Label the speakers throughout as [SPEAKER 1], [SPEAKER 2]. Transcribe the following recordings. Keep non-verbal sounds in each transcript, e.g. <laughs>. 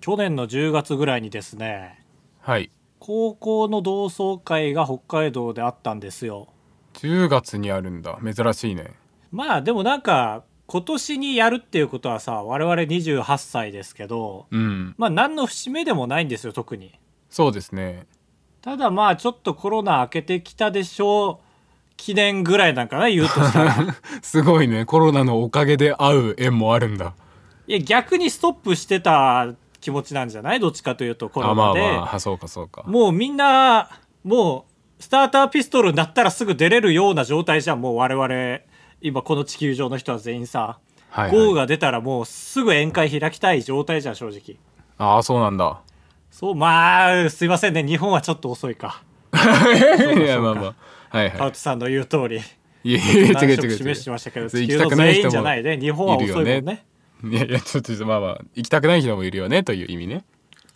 [SPEAKER 1] 去年の10月ぐらいにですね
[SPEAKER 2] はい
[SPEAKER 1] 高校の同窓会が北海道であったんですよ
[SPEAKER 2] 10月にあるんだ珍しいね
[SPEAKER 1] まあでもなんか今年にやるっていうことはさ我々28歳ですけど
[SPEAKER 2] うん
[SPEAKER 1] まあ何の節目でもないんですよ特に
[SPEAKER 2] そうですね
[SPEAKER 1] ただまあちょっとコロナ明けてきたでしょう記念ぐらいなんかな言うとしたら
[SPEAKER 2] <laughs> すごいねコロナのおかげで会う縁もあるんだ
[SPEAKER 1] いや逆にストップしてた気持ちなんじゃないどっちかというとコ
[SPEAKER 2] あ
[SPEAKER 1] ロ
[SPEAKER 2] ま
[SPEAKER 1] ナ
[SPEAKER 2] あ
[SPEAKER 1] で、
[SPEAKER 2] まあそうかそうか
[SPEAKER 1] もうみんなもうスターターピストルになったらすぐ出れるような状態じゃんもう我々今この地球上の人は全員さ、
[SPEAKER 2] はい、
[SPEAKER 1] 豪雨
[SPEAKER 2] はい、
[SPEAKER 1] が出たらもうすぐ宴会開きたい状態じゃん正直
[SPEAKER 2] ああそうなんだ
[SPEAKER 1] そうまあすいませんね日本はちょっと遅いか
[SPEAKER 2] <laughs> いやまあまあはい
[SPEAKER 1] カ
[SPEAKER 2] は
[SPEAKER 1] ウトさんの言う通り
[SPEAKER 2] いいや <laughs> いや違う
[SPEAKER 1] 難
[SPEAKER 2] 違う
[SPEAKER 1] 色
[SPEAKER 2] 違う
[SPEAKER 1] 示してましたけど
[SPEAKER 2] 行
[SPEAKER 1] 地
[SPEAKER 2] き
[SPEAKER 1] 球
[SPEAKER 2] た
[SPEAKER 1] の
[SPEAKER 2] くな
[SPEAKER 1] 全
[SPEAKER 2] い人
[SPEAKER 1] 員
[SPEAKER 2] も
[SPEAKER 1] じゃないね日本は遅いもん
[SPEAKER 2] いる
[SPEAKER 1] ね
[SPEAKER 2] よねいやいやちょっとまあまあ行きたくない人もいるよねという意味ね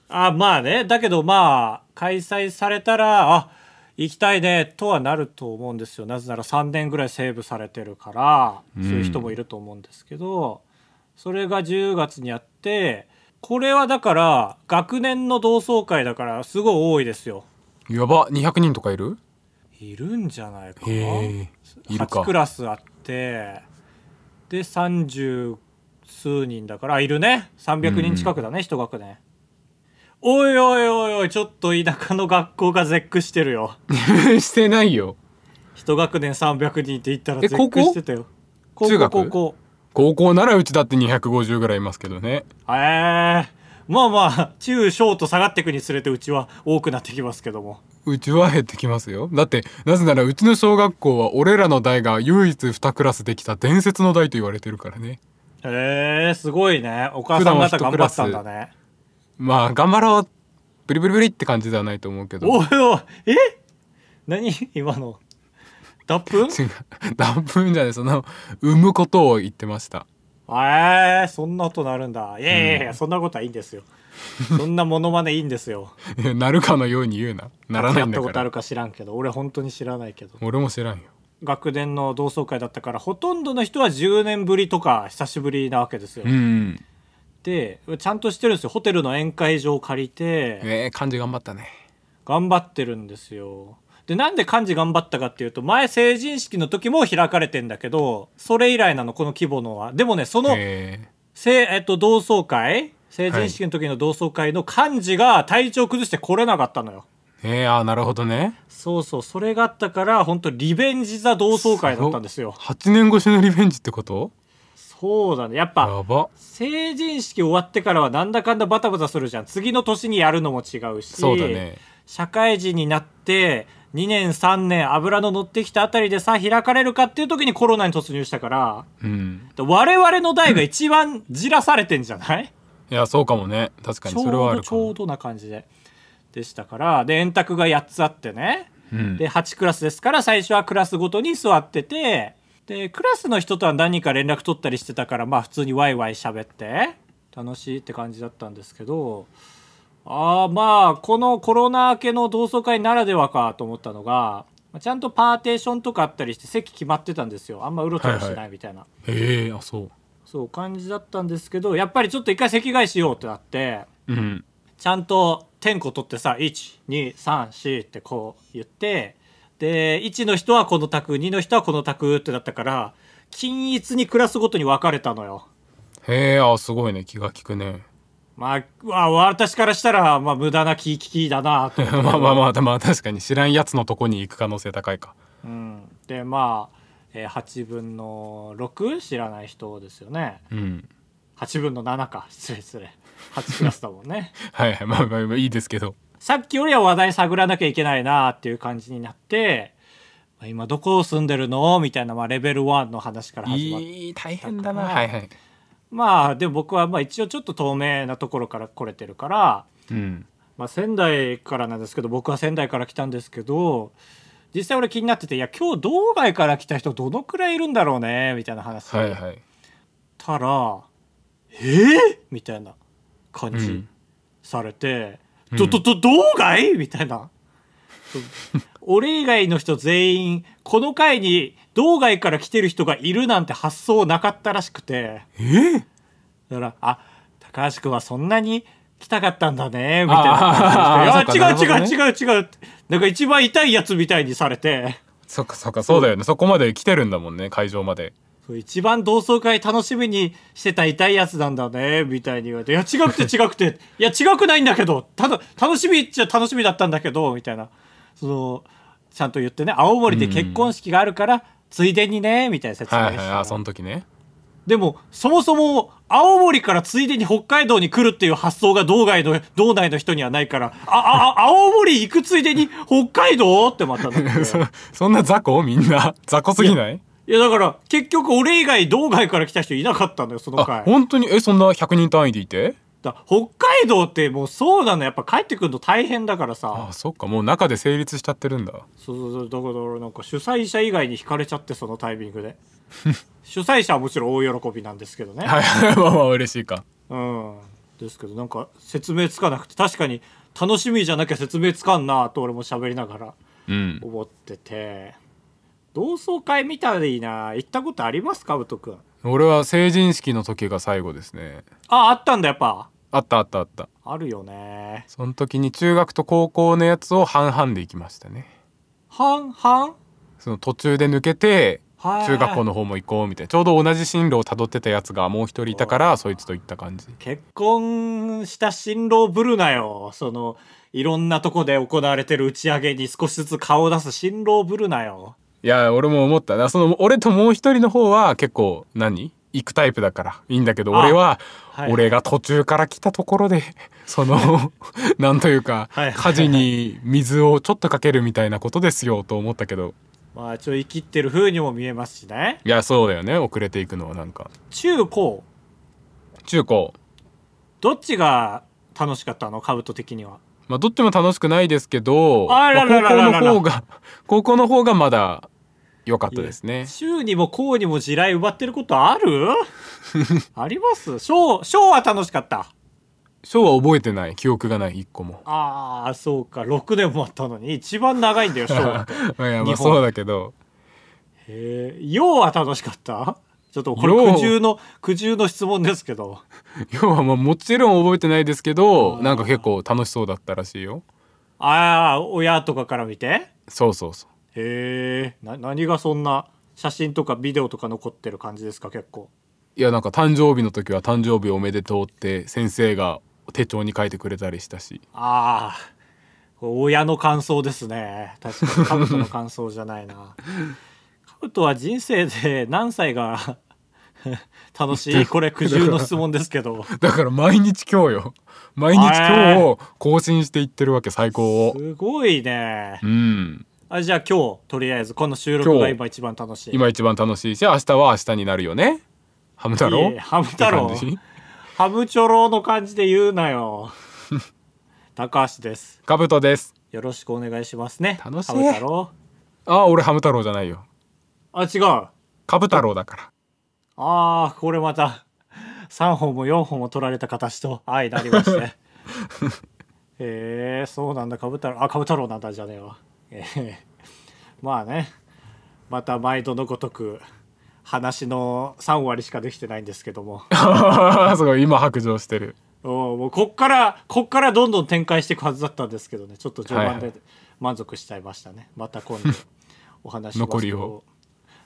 [SPEAKER 1] あまあねだけどまあ開催されたらあ行きたいねとはなると思うんですよなぜなら3年ぐらいセーブされてるからそういう人もいると思うんですけど、それが10月にあってこれはだから学年の同窓会だからすごい多いですよ
[SPEAKER 2] やば200人とかいる
[SPEAKER 1] いるんじゃないかな
[SPEAKER 2] へえい
[SPEAKER 1] 8
[SPEAKER 2] るか
[SPEAKER 1] クラスあってで30数人だからあいるね300人近くだね、一学年おいおいおいおいちょっと田舎の学校が絶句してるよ
[SPEAKER 2] <laughs> してないよ
[SPEAKER 1] 一学年300人って言ったら
[SPEAKER 2] え
[SPEAKER 1] 絶句してたよ高
[SPEAKER 2] 中
[SPEAKER 1] 校
[SPEAKER 2] 学
[SPEAKER 1] 高校
[SPEAKER 2] 高校ならうちだって250ぐらいいますけどね
[SPEAKER 1] ええまあまあ中小と下がっていくにつれてうちは多くなってきますけども
[SPEAKER 2] うちは減ってきますよだってなぜならうちの小学校は俺らの代が唯一2クラスできた伝説の代と言われてるからね
[SPEAKER 1] へえすごいねお母さん方頑張ったんだね
[SPEAKER 2] まあ頑張ろうブリブリブリって感じではないと思うけ <laughs> ど
[SPEAKER 1] おいおいえ何今の脱粉
[SPEAKER 2] 違う何分じゃないその産むことを言ってました
[SPEAKER 1] えー、そんなことなるんだいやいやいや、そんなことはいいんですよそんなモノマネいいんですよ
[SPEAKER 2] いやなるかのように言うな <laughs> ならない
[SPEAKER 1] やっ
[SPEAKER 2] んだ
[SPEAKER 1] た
[SPEAKER 2] か
[SPEAKER 1] ことあ
[SPEAKER 2] ら
[SPEAKER 1] るか知らんけど俺本当に知らないけど
[SPEAKER 2] 俺も知らんよ
[SPEAKER 1] 学年の同窓会だったからほとんどの人は10年ぶりとか久しぶりなわけですよ、
[SPEAKER 2] うん
[SPEAKER 1] でちゃんとしてるんですよホテルの宴会場を借りて
[SPEAKER 2] えー、漢字頑張ったね
[SPEAKER 1] 頑張ってるんですよでなんで漢字頑張ったかっていうと前成人式の時も開かれてんだけどそれ以来なのこの規模のはでもねその
[SPEAKER 2] え
[SPEAKER 1] せえっと、同窓会成人式の時の同窓会の幹事が体調崩して来れなかったのよ。
[SPEAKER 2] ー、えー、あーなるほどね
[SPEAKER 1] そうそう、それがあったから、本当リベンジザ同窓会だったんですよ。
[SPEAKER 2] 8年越しのリベンジってこと
[SPEAKER 1] そうだね。やっぱ、
[SPEAKER 2] やば
[SPEAKER 1] 成人式終わってからはなんだかんだバタバタするじゃん。次の年にやるのも違うし、
[SPEAKER 2] そうだね
[SPEAKER 1] 社会人になって、2年3年油の乗ってきたあたりでさ、開かれるかっていう時にコロナに突入したから、
[SPEAKER 2] うん
[SPEAKER 1] 我々の代が一番じらされてんじゃない
[SPEAKER 2] いやそうかもね確か
[SPEAKER 1] ち
[SPEAKER 2] に
[SPEAKER 1] ょう
[SPEAKER 2] それはあ
[SPEAKER 1] ど
[SPEAKER 2] る
[SPEAKER 1] ち
[SPEAKER 2] か
[SPEAKER 1] ょ
[SPEAKER 2] も
[SPEAKER 1] うどな感じででしたからで円卓が8つあってね、
[SPEAKER 2] うん
[SPEAKER 1] で8クラスですから最初はクラスごとに座っててでクラスの人とは何か連絡取ったりしてたからまあ普通にワイワイ喋って楽しいって感じだったんですけどああまあこのコロナ明けの同窓会ならではかと思ったのがまあちゃんとパーテーションとかあったりして席決まってたんですよあんまうろちょろし
[SPEAKER 2] はい
[SPEAKER 1] な
[SPEAKER 2] はい
[SPEAKER 1] みたいな、
[SPEAKER 2] ええあそ
[SPEAKER 1] そう感じだったんですけどやっぱりちょっと一回席替えしようってなって。
[SPEAKER 2] ううん
[SPEAKER 1] ちゃんと点呼取ってさ1234ってこう言ってで1の人はこの卓2の人はこの卓ってだったから均一にクラスごとに分かれたのよ。
[SPEAKER 2] へえあすごいね気が利くね <laughs>
[SPEAKER 1] まあうわ、私からしたら、まあ、無駄なキーキキだなと思っ
[SPEAKER 2] <laughs> まあまあまあまあ確かに知らんやつのとこに行く可能性高いか
[SPEAKER 1] て、うん、でまあ、えー8分の6知らない人ですよね
[SPEAKER 2] うん
[SPEAKER 1] 8分の7か失礼失礼8クラスだもんね
[SPEAKER 2] はいはいまあまあまあいいですけど
[SPEAKER 1] さっきよりは話題探らなきゃいけないなっていう感じになって、まあ今どこ住んでるのみたいな、まあ、レベル1の話から始まって。
[SPEAKER 2] いい大
[SPEAKER 1] 変だな
[SPEAKER 2] はいはい
[SPEAKER 1] まあ、でも僕はまあ一応ちょっと透明なところから来れてるから、
[SPEAKER 2] うん
[SPEAKER 1] まあ仙台からなんですけど、僕は仙台から来たんですけど、実際俺気になってて、いや今日道外から来た人どのくらいいるんだろうねみたいな話
[SPEAKER 2] はい
[SPEAKER 1] し
[SPEAKER 2] はい
[SPEAKER 1] たら、えー、みたいな感
[SPEAKER 2] う
[SPEAKER 1] じ
[SPEAKER 2] ん
[SPEAKER 1] されて、
[SPEAKER 2] うん
[SPEAKER 1] ど、ど、ど、道外みたいな。俺以外の人全員、この回に道外から来てる人がいるなんて発想なかったらしくて、
[SPEAKER 2] え
[SPEAKER 1] だから、あ、高橋くんはそんなに来たかったんだね、みたい
[SPEAKER 2] あ
[SPEAKER 1] な感
[SPEAKER 2] ー
[SPEAKER 1] じで。いや、違
[SPEAKER 2] そっか
[SPEAKER 1] う違う違う違うって。なんか一番痛いやつみたいにされて。
[SPEAKER 2] そっかそっかそうだよねそこまで来てるんだもんね会場まで
[SPEAKER 1] そう一番同窓会楽しみにしてた痛いやつなんだね、みたいに言われて。いや、違
[SPEAKER 2] <laughs>
[SPEAKER 1] くて違くて。いや、違くないんだけど。ただ、楽しみっちゃ楽しみだったんだけど、みたいな。その、ちゃんと言ってね、青森で結婚式があるから、ついでにね、みたいな説明
[SPEAKER 2] はい
[SPEAKER 1] し
[SPEAKER 2] はい
[SPEAKER 1] た
[SPEAKER 2] あ
[SPEAKER 1] の
[SPEAKER 2] その時ね
[SPEAKER 1] でも、そもそも、青森からついでに北海道に来るっていう発想が道外の、道内の人にはないから、あ、あ、あ青森行くついでに北海道ってまたなって
[SPEAKER 2] <laughs> そそんな雑魚みんな雑魚すぎない
[SPEAKER 1] いや、だから、結局俺以外道外から来た人いなかったんだよ、その
[SPEAKER 2] あ
[SPEAKER 1] 回。
[SPEAKER 2] 本当にえそんな100人単位でいて
[SPEAKER 1] だ北海道ってもうそうなの、やっぱ帰ってくるの大変だからさ
[SPEAKER 2] あ。そっかもう中で成立しちゃってるんだ
[SPEAKER 1] そうそうそう、だから俺なんか主催者以外に惹かれちゃって、そのタイミング
[SPEAKER 2] <laughs>
[SPEAKER 1] で。主催者はもちろん大喜びなんですけどね。
[SPEAKER 2] はいはい <laughs> まあまあ嬉しいか
[SPEAKER 1] うん、ですけどなんか説明つかなくて確かに楽しみじゃなきゃ説明つかんなと俺も喋りながら
[SPEAKER 2] うん
[SPEAKER 1] 思ってて同窓会みたいな行ったことありますかぶとくん
[SPEAKER 2] 俺は成人式の時が最後ですね
[SPEAKER 1] ああったんだやっぱ
[SPEAKER 2] あったあったあった
[SPEAKER 1] あるよね
[SPEAKER 2] その時に中学と高校のやつを半々で行きましたね
[SPEAKER 1] 半々
[SPEAKER 2] その途中で抜けて
[SPEAKER 1] はい
[SPEAKER 2] 中学校の方も行こうみたいなちょうど同じ進路をたどってたやつがもう一人いたからそいつと行った感じ
[SPEAKER 1] 結婚した新郎ぶるなよそのいろんなとこで行われてる打ち上げに少しずつ顔を出す新郎ぶるなよ
[SPEAKER 2] いや俺も思ったなその俺ともう一人の方は結構何行くタイプだからいいんだけど
[SPEAKER 1] あ
[SPEAKER 2] 俺は、
[SPEAKER 1] はい
[SPEAKER 2] 俺が途中から来たところで <laughs> そ
[SPEAKER 1] <laughs>
[SPEAKER 2] のなんというか、
[SPEAKER 1] はい
[SPEAKER 2] 家事に水をちょっとかけるみたいなことですよと思ったけど
[SPEAKER 1] まあちょい生きってる風にも見えますしね
[SPEAKER 2] いやそうだよね遅れていくのはなんか
[SPEAKER 1] 中高
[SPEAKER 2] 中高
[SPEAKER 1] どっちが楽しかったのカブト的には。
[SPEAKER 2] まあどっちも楽しくないですけど
[SPEAKER 1] あらららららら
[SPEAKER 2] まあ高校の方が <laughs> 高校の方がまだ良かったですね
[SPEAKER 1] 週にも高にも地雷奪ってることあるあります小、小は楽しかった。
[SPEAKER 2] 小は覚えてない記憶がない一個も <laughs>
[SPEAKER 1] ああ、そうか。6年もあったのに、一番長いんだよ、小は。
[SPEAKER 2] <laughs> いやま
[SPEAKER 1] 日本
[SPEAKER 2] あそうだけど
[SPEAKER 1] へえ、洋は楽しかったちょっとこれ
[SPEAKER 2] 洋
[SPEAKER 1] 苦渋の、苦渋の質問ですけど。
[SPEAKER 2] 要はまあもちろん覚えてないですけ
[SPEAKER 1] あ
[SPEAKER 2] ど
[SPEAKER 1] ー
[SPEAKER 2] なんか結構楽しそうだったらしいよ
[SPEAKER 1] ああ、親とかから見て
[SPEAKER 2] そうそうそう
[SPEAKER 1] へえ、な、何がそんな写真とかビデオとか残ってる感じですか、結構。
[SPEAKER 2] いやなんか誕生日の時は誕生日おめでとうって先生が手帳に書いてくれたりしたし
[SPEAKER 1] ああ、これ親の感想ですね。確かに、カブトの感想じゃないな。カブトは人生で何歳が <laughs> 楽しいこれ苦渋の質問ですけど。
[SPEAKER 2] だから毎日今
[SPEAKER 1] <laughs>
[SPEAKER 2] 日よ毎日今日を更新していってるわけ最高を
[SPEAKER 1] すごいね
[SPEAKER 2] う。ん
[SPEAKER 1] あじゃあ今日、とりあえず、この収録が今一番楽しい。
[SPEAKER 2] 今一番楽しいし明日は明日になるよねハム太郎
[SPEAKER 1] いえハム太郎
[SPEAKER 2] って感じ
[SPEAKER 1] ハムチョロの感じで言うなよ。高橋です。
[SPEAKER 2] カブトです
[SPEAKER 1] よろしくお願いしますね。
[SPEAKER 2] 楽しい
[SPEAKER 1] ハム太郎。
[SPEAKER 2] あ俺ハム太郎じゃないよ
[SPEAKER 1] あ、違う。
[SPEAKER 2] カブ太郎だから
[SPEAKER 1] ああ、これまた、3本も4本も取られた形と相なりまして。
[SPEAKER 2] <laughs>
[SPEAKER 1] へえそうなんだ、かぶ太郎。あ、かぶ太郎なんだじゃねえわ。ええまあね、また毎度のごとく、話の3割しかできてないんですけども。
[SPEAKER 2] すごい今白状してる
[SPEAKER 1] おーもうこっから、こっからどんどん展開していくはずだったんですけどね、ちょっと序盤
[SPEAKER 2] はいは
[SPEAKER 1] で
[SPEAKER 2] い
[SPEAKER 1] 満足しちゃいましたね。また今度お話しますけど
[SPEAKER 2] <laughs> 残りを。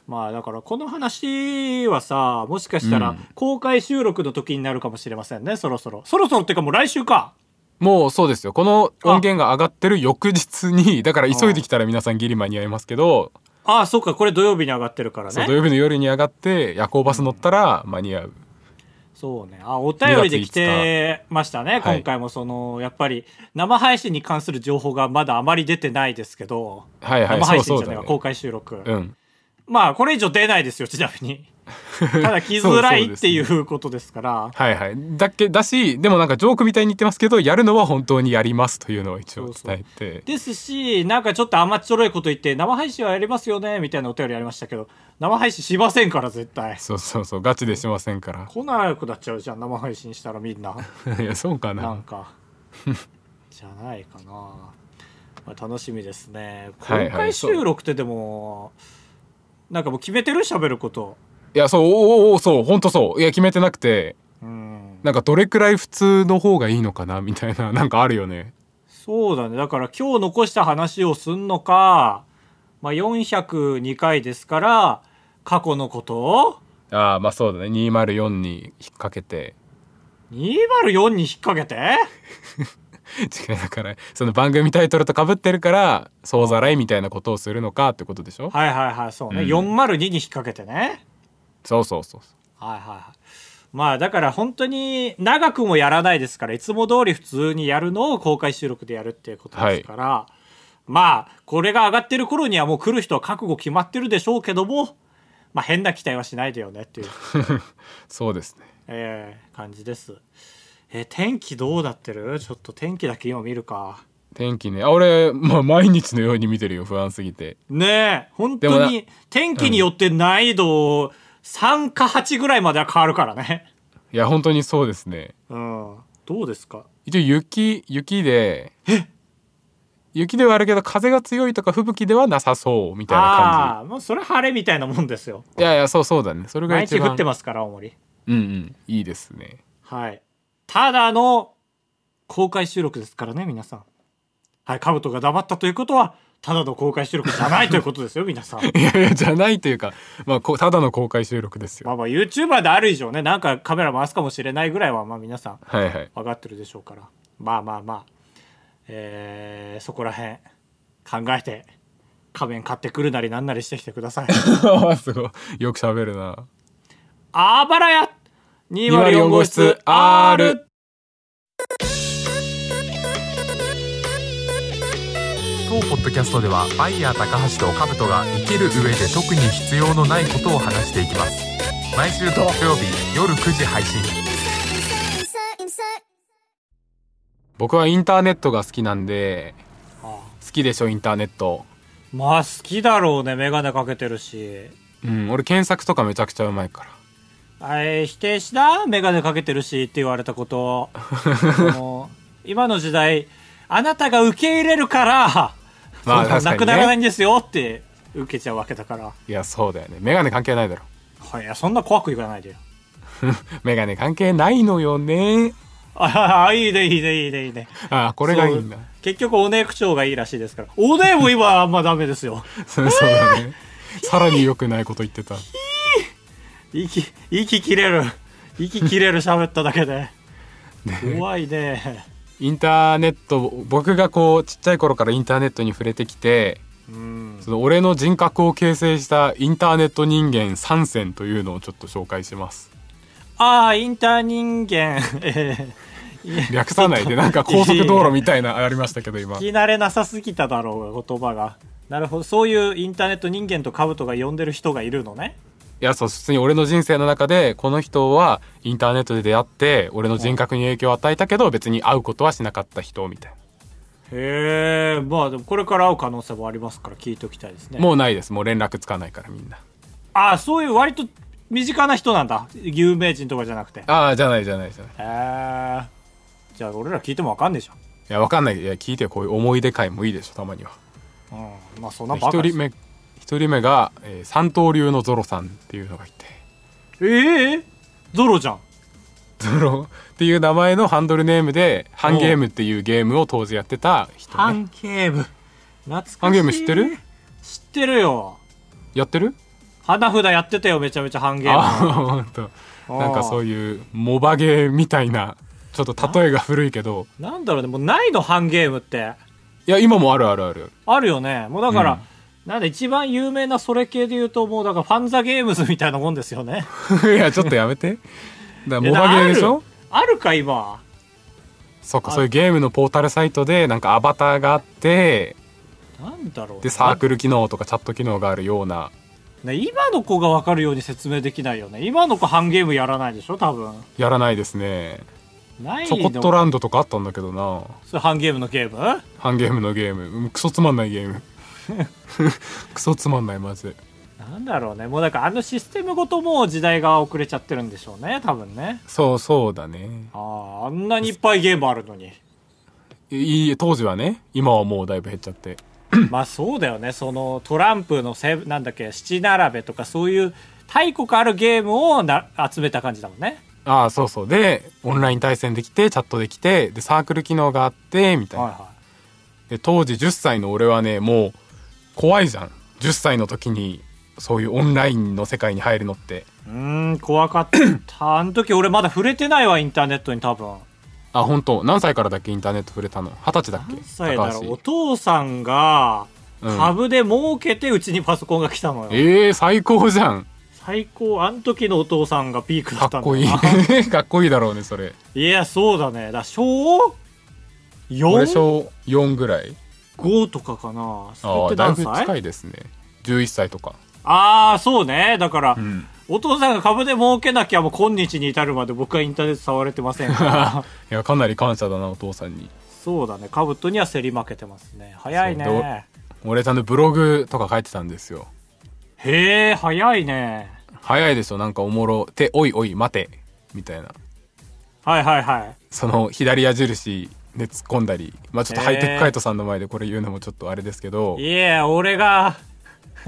[SPEAKER 1] まあだからこの話はさ、もしかした
[SPEAKER 2] う
[SPEAKER 1] ら
[SPEAKER 2] ん
[SPEAKER 1] 公開収録の時になるかもしれませんね、そろそろ。そろそろっていうかもう来週か。
[SPEAKER 2] もうそうですよこの音源が上がってる翌日にだから急いできたら皆さんギリ間に合いますけど、
[SPEAKER 1] ああ、そっか、これ土曜日に上がってるから
[SPEAKER 2] そう土
[SPEAKER 1] ね。
[SPEAKER 2] 曜日の夜に上がって夜行バス乗ったら間に合う、
[SPEAKER 1] そうね。あ、お便りで来てましたね。
[SPEAKER 2] はい
[SPEAKER 1] 今回もその、やっぱり生配信に関する情報がまだあまり出てないですけど、
[SPEAKER 2] はいはい
[SPEAKER 1] 生配信じゃ
[SPEAKER 2] そう
[SPEAKER 1] ないわ、
[SPEAKER 2] そうだ
[SPEAKER 1] 公
[SPEAKER 2] ね
[SPEAKER 1] 開収録。
[SPEAKER 2] うん
[SPEAKER 1] まあ、これ以上出ないですよ、ちなみ
[SPEAKER 2] <laughs>
[SPEAKER 1] に。ただ、来づらいっていうことですから。
[SPEAKER 2] はいはいだっけだしでもなんかジョークみたいに言ってますけどやるのは本当にやりますというのを一応伝えて
[SPEAKER 1] ですし、なんかちょっと甘っちょろいこと言って、生配信はやりますよね、みたいなお便りありましたけど、生配信しませんから、絶対。
[SPEAKER 2] そうそうそうガチでしませんか
[SPEAKER 1] <laughs> 来なくなっちゃうじゃん、生配信したらみんな。
[SPEAKER 2] らいやそうか
[SPEAKER 1] なん
[SPEAKER 2] な <laughs>
[SPEAKER 1] か。じゃないかな。まあ、楽しみですね。公
[SPEAKER 2] はいは
[SPEAKER 1] 開
[SPEAKER 2] いそう
[SPEAKER 1] 収録ってでも、なんかもう決めてる喋ること。
[SPEAKER 2] いやそうおーおーおーそう本当そういや決めてなくて
[SPEAKER 1] うん。
[SPEAKER 2] なんかどれくらい普通の方がいいのかなみたいななんかあるよね
[SPEAKER 1] そうだねだから今日残した話をすんのか、まあ、402回ですから過去のこと
[SPEAKER 2] ああまあそうだね204に引っ掛けて
[SPEAKER 1] 204に引っ掛けて
[SPEAKER 2] 違うだからその番組タイトルとかぶってるから総ざらいみたいなことをするのかってことでしょ
[SPEAKER 1] はいはいはいそうね、
[SPEAKER 2] うん
[SPEAKER 1] 402に引っ掛けてね
[SPEAKER 2] そうそうそう
[SPEAKER 1] はいはいはいまあだから本当に長くもやらないですからいつも通り普通にやるのを公開収録でやるっていうことですから、まあこれが上がってる頃にはもう来る人は覚悟決まってるでしょうけどもまあ変な期待はしないでよねっていう、
[SPEAKER 2] そう <laughs> ですね
[SPEAKER 1] えー感じです。えー天気どうなってるちょっと天気だけ今見るか。
[SPEAKER 2] 天気ねあ俺、まあ、毎日のように見てるよ不安すぎて
[SPEAKER 1] ねえ本当
[SPEAKER 2] でも
[SPEAKER 1] に天気によって難易度3か8ぐらいまでは変わるからね。 <laughs>
[SPEAKER 2] いや本当にそうですね
[SPEAKER 1] うん、どうですか
[SPEAKER 2] 一応雪雪で雪ではあるけど風が強いとか吹雪ではなさそうみたいな感
[SPEAKER 1] ああーもうそれ晴れみたいなもんですよ
[SPEAKER 2] じいやいやそうそうだねそれが
[SPEAKER 1] 毎
[SPEAKER 2] 一
[SPEAKER 1] 日降
[SPEAKER 2] 番
[SPEAKER 1] ってますから青森
[SPEAKER 2] うんうんいいですね
[SPEAKER 1] はいただの公開収録ですからね皆さんはいカブトが黙ったということはただの公開収録じゃないということですよ皆さん
[SPEAKER 2] いやいやじゃないというか、まあ、こうただの公開収録ですよ
[SPEAKER 1] まあまあ YouTuber である以上ねなんかカメラ回すかもしれないぐらいはまあ皆さん
[SPEAKER 2] はいはい
[SPEAKER 1] 分かってるでしょうからまあまあまあえー、そこら辺考えて仮面買ってくるなりなんなりしてきてくだ
[SPEAKER 2] <laughs>
[SPEAKER 1] さい
[SPEAKER 2] あ <laughs> ーすごいよく喋るな
[SPEAKER 1] あばらや204
[SPEAKER 2] 204
[SPEAKER 1] 号
[SPEAKER 2] 号
[SPEAKER 1] 室
[SPEAKER 2] 室
[SPEAKER 1] R!
[SPEAKER 2] R
[SPEAKER 3] 当ポッドキャストではバイヤー高橋と兜が生きる上で特に必要のないことを話していきます毎週土曜日夜9時配信
[SPEAKER 4] insert, insert, insert.
[SPEAKER 2] 僕はインターネットが好きなんで
[SPEAKER 1] あ
[SPEAKER 2] 好きでしょインターネット
[SPEAKER 1] まあ好きだろうね眼鏡かけてるし
[SPEAKER 2] うん俺検索とかめちゃくちゃうまいから
[SPEAKER 1] あれ否定しな眼鏡かけてるしって言われたことそ
[SPEAKER 2] <laughs>
[SPEAKER 1] の今の時代あなたが受け入れるから、
[SPEAKER 2] まあ
[SPEAKER 1] その
[SPEAKER 2] 確か
[SPEAKER 1] な
[SPEAKER 2] にね
[SPEAKER 1] くならないんですよって受けちゃうわけだから
[SPEAKER 2] いやそうだよねメガネ関係ないだろ <laughs>
[SPEAKER 1] はいいやそんな怖く言わないでよ
[SPEAKER 2] メガネ関係ないのよね
[SPEAKER 1] ああいいねいいねいいねいいね
[SPEAKER 2] あーこれがいいんだ
[SPEAKER 1] そう結局おね口調がいいらしいですからおねも今あんまダメ
[SPEAKER 2] <laughs>
[SPEAKER 1] ですよ
[SPEAKER 2] そうそうだねさらに良くないこと言ってた
[SPEAKER 1] 息息切れる息切れる喋っただけ
[SPEAKER 2] <laughs>
[SPEAKER 1] で怖いね
[SPEAKER 2] インターネット僕がこうちっちゃい頃からインターネットに触れてきて
[SPEAKER 1] うん
[SPEAKER 2] その俺の人格を形成したインターネット人間3選というのをちょっと紹介します
[SPEAKER 1] ああ、インター人間、えー、
[SPEAKER 2] 略さないでなんか高速道路みたいなありましたけど今
[SPEAKER 1] 聞き慣れなさすぎただろうが、言葉が。なるほど、そういうインターネット人間とカブトが呼んでる人がいるのね。
[SPEAKER 2] いやそう普通に俺の人生の中でこの人はインターネットで出会って俺の人格に影響を与えたけど別に会うことはしなかった人みたい
[SPEAKER 1] へえ、まあでもこれから会う可能性もありますから聞いておきたいですね。
[SPEAKER 2] なもうないですもう連絡つかないからみんな
[SPEAKER 1] ああ、そういう割と身近な人なんだ。有名人とかじゃなくて。へ
[SPEAKER 2] ああじゃないじゃないじゃないい
[SPEAKER 1] え。じゃあ俺ら聞いてもわかんねえじ
[SPEAKER 2] やわかんないいや聞いてよこういう思い出会もいいでしょたまには
[SPEAKER 1] ゃん。うん。まあそんなバカ
[SPEAKER 2] 一
[SPEAKER 1] で
[SPEAKER 2] 人
[SPEAKER 1] す。
[SPEAKER 2] 目一人目が、えー三刀流のゾロさんっていうのがいて
[SPEAKER 1] ええゾロじゃん。
[SPEAKER 2] ゾロ <laughs> っていう名前のハンドルネームでハンゲームっていうゲームを当時やってた人、
[SPEAKER 1] ハ
[SPEAKER 2] ね、
[SPEAKER 1] ンゲーム。懐かしい。
[SPEAKER 2] ハンゲーム知ってる
[SPEAKER 1] 知ってるよ。
[SPEAKER 2] やってる
[SPEAKER 1] 花札やってたよ、めちゃめちゃハンゲーム。
[SPEAKER 2] あほんとなんかそういうモバゲーみたいなちょっと例えが古いけど
[SPEAKER 1] なんだろうね、もうないの、ハンゲームって。
[SPEAKER 2] いや今もあるあるある <laughs>
[SPEAKER 1] あるよね。もうだから、なんで一番有名なそれ系で言うと、もうだからファンザゲームズみたいなもんですよね。
[SPEAKER 2] あるいやちょっとやめてだから <laughs> モバ
[SPEAKER 1] いや
[SPEAKER 2] ゲーでしょ
[SPEAKER 1] あるあるか、今。
[SPEAKER 2] そっかそういうゲームのポータルサイトでなんかアバターがあって
[SPEAKER 1] なんだろう。
[SPEAKER 2] でサー
[SPEAKER 1] ル。
[SPEAKER 2] クル機能とかチャット機能があるような
[SPEAKER 1] ね、今の子がわかるように説明できないよね。今の子ハンゲームやらないでしょ、多分。
[SPEAKER 2] やらないですね
[SPEAKER 1] ない
[SPEAKER 2] チョコット
[SPEAKER 1] の。
[SPEAKER 2] ランドとかあったんだけどな
[SPEAKER 1] それハンゲームのゲーム
[SPEAKER 2] ハンゲームのゲームうんクソつまんないゲー
[SPEAKER 1] <laughs>
[SPEAKER 2] ムクソつまんないマジで
[SPEAKER 1] なんだろうね。もうだからあのシステムごともう時代が遅れちゃってるんでしょうね、多分ね。
[SPEAKER 2] そうそうだね
[SPEAKER 1] ああ、あんなにいっぱいゲームあるのに。
[SPEAKER 2] いいえ当時はね今はもうだいぶ減っちゃって
[SPEAKER 1] まあそうだよねそのトランプのせなんだっけ七並べとかそういう太古からあるゲームをな集めた感じだもんね
[SPEAKER 2] ああそうそうでオンライン対戦できてチャットできてでサークル機能があってみたいな、
[SPEAKER 1] はいは
[SPEAKER 2] で当時10歳の俺はねもう怖いじゃん10歳の時にそういうオンラインの世界に入るのって
[SPEAKER 1] いうーん怖かったあの時俺まだ触れてないわインターネットに多分
[SPEAKER 2] あ本当何歳からだっけインターネット触れたの二十歳だっけ
[SPEAKER 1] 何歳だろうお父
[SPEAKER 2] 高
[SPEAKER 1] さんが
[SPEAKER 2] 橋、うん
[SPEAKER 1] 株で儲けてうちにパソコンが来たのよ、
[SPEAKER 2] えー、最高じゃん
[SPEAKER 1] 最高あの時のお父さんがピークだ
[SPEAKER 2] か
[SPEAKER 1] ったん
[SPEAKER 2] っ
[SPEAKER 1] だ
[SPEAKER 2] こ
[SPEAKER 1] よ
[SPEAKER 2] い
[SPEAKER 1] ない
[SPEAKER 2] <laughs> かっこいいだろうねそれ
[SPEAKER 1] <laughs> いやそうだねだ小
[SPEAKER 2] 俺
[SPEAKER 1] 4?5
[SPEAKER 2] 小4ぐらい
[SPEAKER 1] とかかなそれ
[SPEAKER 2] あ
[SPEAKER 1] っ
[SPEAKER 2] あ
[SPEAKER 1] て
[SPEAKER 2] だい
[SPEAKER 1] 何
[SPEAKER 2] ぶ近
[SPEAKER 1] 歳
[SPEAKER 2] いですね11歳とか
[SPEAKER 1] ああそうねだから、
[SPEAKER 2] うん
[SPEAKER 1] お父さんが株で儲けなきゃもう今日に至るまで僕はインターネット触れてませんから
[SPEAKER 2] <laughs> いやかなり感謝だなお父さんに
[SPEAKER 1] そうだねカブトには競り負けてますね早い
[SPEAKER 2] そう
[SPEAKER 1] ね
[SPEAKER 2] 俺ちゃんとブログとか書いてたんですよ
[SPEAKER 1] へえ早いね
[SPEAKER 2] 早いでしょなんかおもろ手おいおい待てみたいな
[SPEAKER 1] はいはいはい
[SPEAKER 2] その左矢印で突っ込んだりまあちょっとハイテクカイトさんの前でこれ言うのもちょっとあれですけど、
[SPEAKER 1] いえ俺が
[SPEAKER 2] <laughs>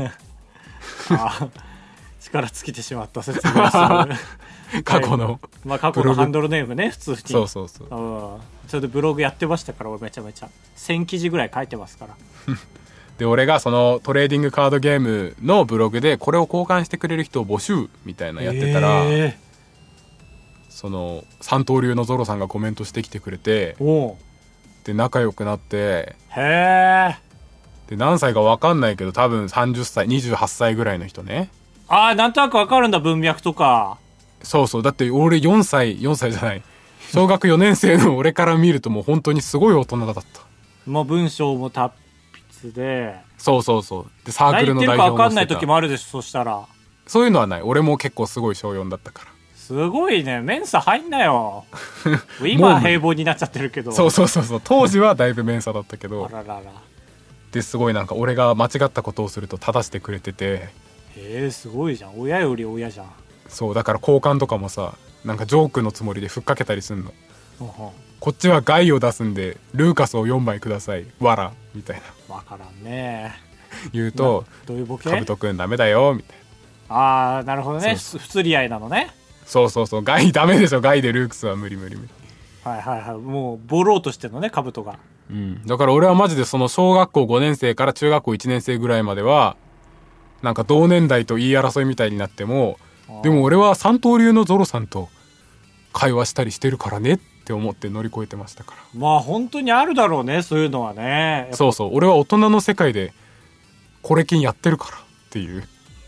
[SPEAKER 1] あー力尽きてしまった説明する
[SPEAKER 2] <laughs> 過去の、
[SPEAKER 1] まあ過去
[SPEAKER 2] ブロ
[SPEAKER 1] の
[SPEAKER 2] グ
[SPEAKER 1] ハンドルネームね普通に
[SPEAKER 2] そうそうそう
[SPEAKER 1] うんそれでブログやってましたから俺めちゃめちゃ1000記事ぐらい書いてますから
[SPEAKER 2] で俺がそのトレーディングカードゲームのブログでこれを交換してくれる人を募集みたいなのやってたら、
[SPEAKER 1] え
[SPEAKER 2] その三刀流のゾロさんがコメントしてきてくれて
[SPEAKER 1] ーおう
[SPEAKER 2] で仲良くなって
[SPEAKER 1] へえ
[SPEAKER 2] で何歳か分かんないけど多分30歳28歳ぐらいの人ね
[SPEAKER 1] あーなんとなくわかるんだ文脈とか
[SPEAKER 2] そうそうだって俺4歳4歳じゃない小学4年生の俺から見るともう本当にすごい大人だった
[SPEAKER 1] もう文章も達筆で
[SPEAKER 2] そうそうそうでサーク
[SPEAKER 1] 何
[SPEAKER 2] ル
[SPEAKER 1] 言っ
[SPEAKER 2] の
[SPEAKER 1] て
[SPEAKER 2] 代
[SPEAKER 1] る
[SPEAKER 2] 表
[SPEAKER 1] か
[SPEAKER 2] も
[SPEAKER 1] わかんない
[SPEAKER 2] してた
[SPEAKER 1] 時もあるでしょそしたら
[SPEAKER 2] そういうのはない俺も結構すごい小4だったから
[SPEAKER 1] すごいねメンサ入んな
[SPEAKER 2] <laughs>
[SPEAKER 1] よ今は平凡になっちゃってるけど
[SPEAKER 2] そうそうそうそう当時はだいぶ面差だったけ
[SPEAKER 1] あ
[SPEAKER 2] ど
[SPEAKER 1] ららら
[SPEAKER 2] ですごいなんか俺が間違ったことをすると正してくれてて
[SPEAKER 1] へえすごいじゃん親より親じゃん
[SPEAKER 2] そうだから交換とかもさなんかジョークのつもりでふっかけたりすんの
[SPEAKER 1] うんうん
[SPEAKER 2] こっちは害を出すんでルーカスを4枚くださいわらみたいな
[SPEAKER 1] わからんね
[SPEAKER 2] 言うと
[SPEAKER 1] どういうボケ
[SPEAKER 2] カブトくんダメだよみたいな
[SPEAKER 1] ああなるほどね
[SPEAKER 2] そ
[SPEAKER 1] ふ不釣り合いなのね
[SPEAKER 2] そうそうそう害ダメでしょ害でルークスは無理無理無理
[SPEAKER 1] はいはいはいもうボローとしてのねカブトが
[SPEAKER 2] うん、だから俺はマジでその小学校5年生から中学校1年生ぐらいまではなんか同年代と言い争いみたいになってもでも俺は三刀流のゾロさんと会話したりしてるからねって思って乗り越えてましたから
[SPEAKER 1] まあ本当にあるだろうねそういうのはね
[SPEAKER 2] そうそう俺は大人の世界でコレキンやってるからっていう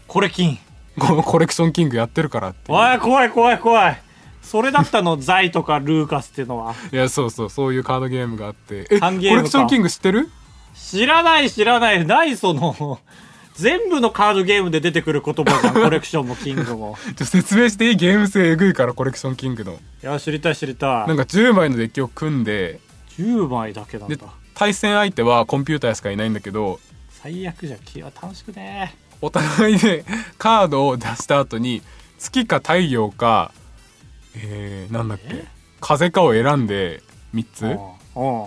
[SPEAKER 1] これ金
[SPEAKER 2] このコレクションキングやってるからっていう
[SPEAKER 1] おい怖い怖い怖いそれだったのザイとかルーカスっていうのはい
[SPEAKER 2] やそうそうそういうカードゲームがあってえコ
[SPEAKER 1] 単ゲームか
[SPEAKER 2] レクションキング知ってる
[SPEAKER 1] 知らない知らないないその全部のカードゲームで出てくる言葉じ
[SPEAKER 2] <laughs>
[SPEAKER 1] ゃんコレクションもキングも
[SPEAKER 2] ちょ説明していいゲーム性えぐいからコレクションキングの
[SPEAKER 1] いや知りたい知りた
[SPEAKER 2] なん
[SPEAKER 1] い
[SPEAKER 2] か10枚のデッキを組んで
[SPEAKER 1] 10枚だけなんだ
[SPEAKER 2] で対戦相手はコンピューターしかいないんだけど
[SPEAKER 1] 最悪じゃん気は楽しくね
[SPEAKER 2] お互いでカードを出した後に月か太陽かえー、なんだっけ風かを選んで
[SPEAKER 1] う
[SPEAKER 2] 3
[SPEAKER 1] ん
[SPEAKER 2] つ
[SPEAKER 1] うん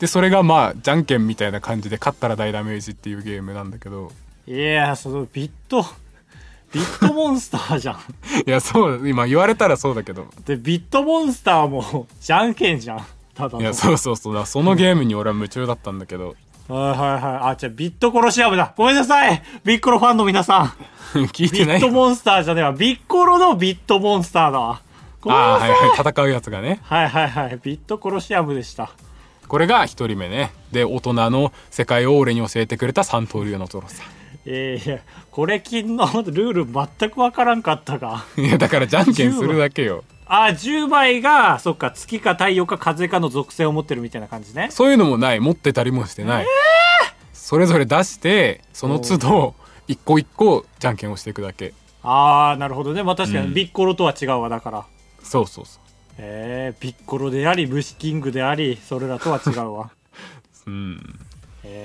[SPEAKER 2] でそれがまあじゃんけんみたいな感じで勝ったら大ダメージっていうゲームなんだけど
[SPEAKER 1] いやそのビットビットモンスターじゃん
[SPEAKER 2] いやそう今言われたらそうだけど
[SPEAKER 1] でビットモンスターもじゃんけんじゃんただの
[SPEAKER 2] いやそうそうそうだそのゲームに俺は夢中だったんだけど
[SPEAKER 1] はいはいはいあじゃあビットコロシアムだごめんなさいビッコロファンの皆さん
[SPEAKER 2] 聞い
[SPEAKER 1] ビ
[SPEAKER 2] てな
[SPEAKER 1] ッ
[SPEAKER 2] い
[SPEAKER 1] トモンスターじゃねえわビッコロのビットモンスターだわごめん
[SPEAKER 2] ああ
[SPEAKER 1] な
[SPEAKER 2] ー
[SPEAKER 1] さ
[SPEAKER 2] はいいはい戦うやつがね
[SPEAKER 1] はいはいはいビットコロシアムでした
[SPEAKER 2] これが1人目ねで大人の世界を俺に教えてくれた三刀流のゾロさん
[SPEAKER 1] えー、いやこれ金のルール全くわからんかったが
[SPEAKER 2] いやだからじゃん <laughs> けんするだけよ
[SPEAKER 1] あ10倍がそっか月か太陽か風かの属性を持ってるみたいな感じね
[SPEAKER 2] そういうのもない持ってたりもしてない、それぞれ出してその都度一個一個じゃんけんをしていくだけ
[SPEAKER 1] ああなるほどねまあ確か
[SPEAKER 2] う
[SPEAKER 1] に
[SPEAKER 2] ん
[SPEAKER 1] ビッコロとは違うわだから
[SPEAKER 2] そうそうそ
[SPEAKER 1] えー、ビッコロであり虫キングでありそれらとは違うわ <laughs>
[SPEAKER 2] う、うん、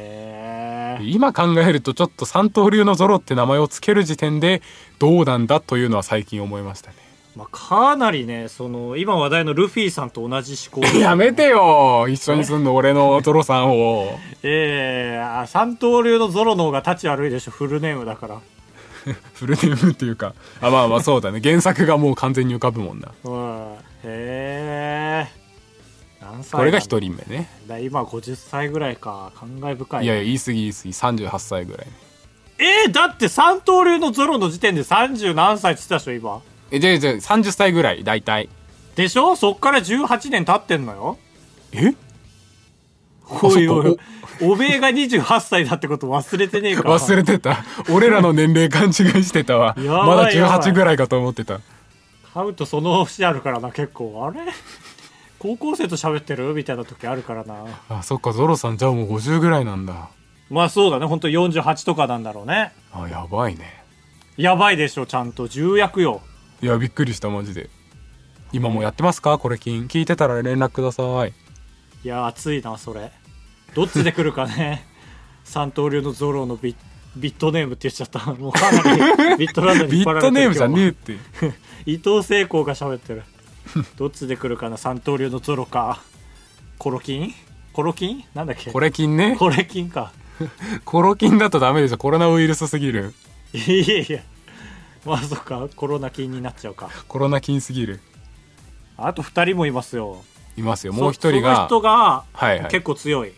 [SPEAKER 1] えー、
[SPEAKER 2] 今考えるとちょっと三刀流のゾロって名前をつける時点でどうなんだというのは最近思いましたね <laughs>
[SPEAKER 1] まあ、かなりねその今話題のルフィさんと同じ思考
[SPEAKER 2] <laughs> やめてよ一緒にすんの俺のゾロさんを
[SPEAKER 1] ええー、あ三刀流のゾロの方が立ち悪いでしょフルネームだから
[SPEAKER 2] フルネームっていうかあまあまあそうだね原作がもう完全に浮かぶもんな
[SPEAKER 1] うんへえ何歳
[SPEAKER 2] これが1
[SPEAKER 1] 人
[SPEAKER 2] 人目ね
[SPEAKER 1] だ今50歳ぐらいか感慨深い
[SPEAKER 2] いやい
[SPEAKER 1] や
[SPEAKER 2] や言い過ぎ言い過ぎ38歳ぐらいね
[SPEAKER 1] えー、だって三刀流のゾロの時点で30何歳って言ってたでしょ今
[SPEAKER 2] えじゃあじゃあ30歳ぐらい大体
[SPEAKER 1] でしょそっから18年経ってんのよ
[SPEAKER 2] え
[SPEAKER 1] おいお
[SPEAKER 2] そっ
[SPEAKER 1] い
[SPEAKER 2] か
[SPEAKER 1] おめえが28歳だってこと忘れてねえか
[SPEAKER 2] 忘れてた俺らの年齢勘違いしてたわ
[SPEAKER 1] <laughs> やばい
[SPEAKER 2] まだ
[SPEAKER 1] やばい
[SPEAKER 2] 18ぐらいかと思ってた
[SPEAKER 1] 買うとその節あるからな結構あれ高校生と喋ってるみたいな時あるからな
[SPEAKER 2] あそっかゾロさんじゃあもう50ぐらいなんだ
[SPEAKER 1] まあそうだね本当48とかなんだろうね
[SPEAKER 2] あやばいね
[SPEAKER 1] やばいでしょちゃんと重役よ
[SPEAKER 2] いやびっくりしたマジで今もうやってますかこれ金聞いてたら連絡ください
[SPEAKER 1] いや熱いなそれどっちで来るかね <laughs> 三刀流のゾロのビッビットネームって言っちゃったもうかなり <laughs> ビットランドに引
[SPEAKER 2] ビ
[SPEAKER 1] っ張られて
[SPEAKER 2] ット
[SPEAKER 1] る
[SPEAKER 2] ネームじゃねえ
[SPEAKER 1] 今
[SPEAKER 2] って
[SPEAKER 1] 日伊藤聖光が喋ってるどっちで来るかな三刀流のゾロかコロキンコロキンなんだっけ
[SPEAKER 2] コレキンね
[SPEAKER 1] コレキンか
[SPEAKER 2] コロキンだとダメでしょコロナウイルスすぎる
[SPEAKER 1] いやいやまあそっかコロナ菌になっちゃうか
[SPEAKER 2] コロナ菌すぎる
[SPEAKER 1] あと2人もいますよ
[SPEAKER 2] いますよ
[SPEAKER 1] そ
[SPEAKER 2] もう一人が
[SPEAKER 1] その人が
[SPEAKER 2] はいはい
[SPEAKER 1] 結構強い、
[SPEAKER 2] い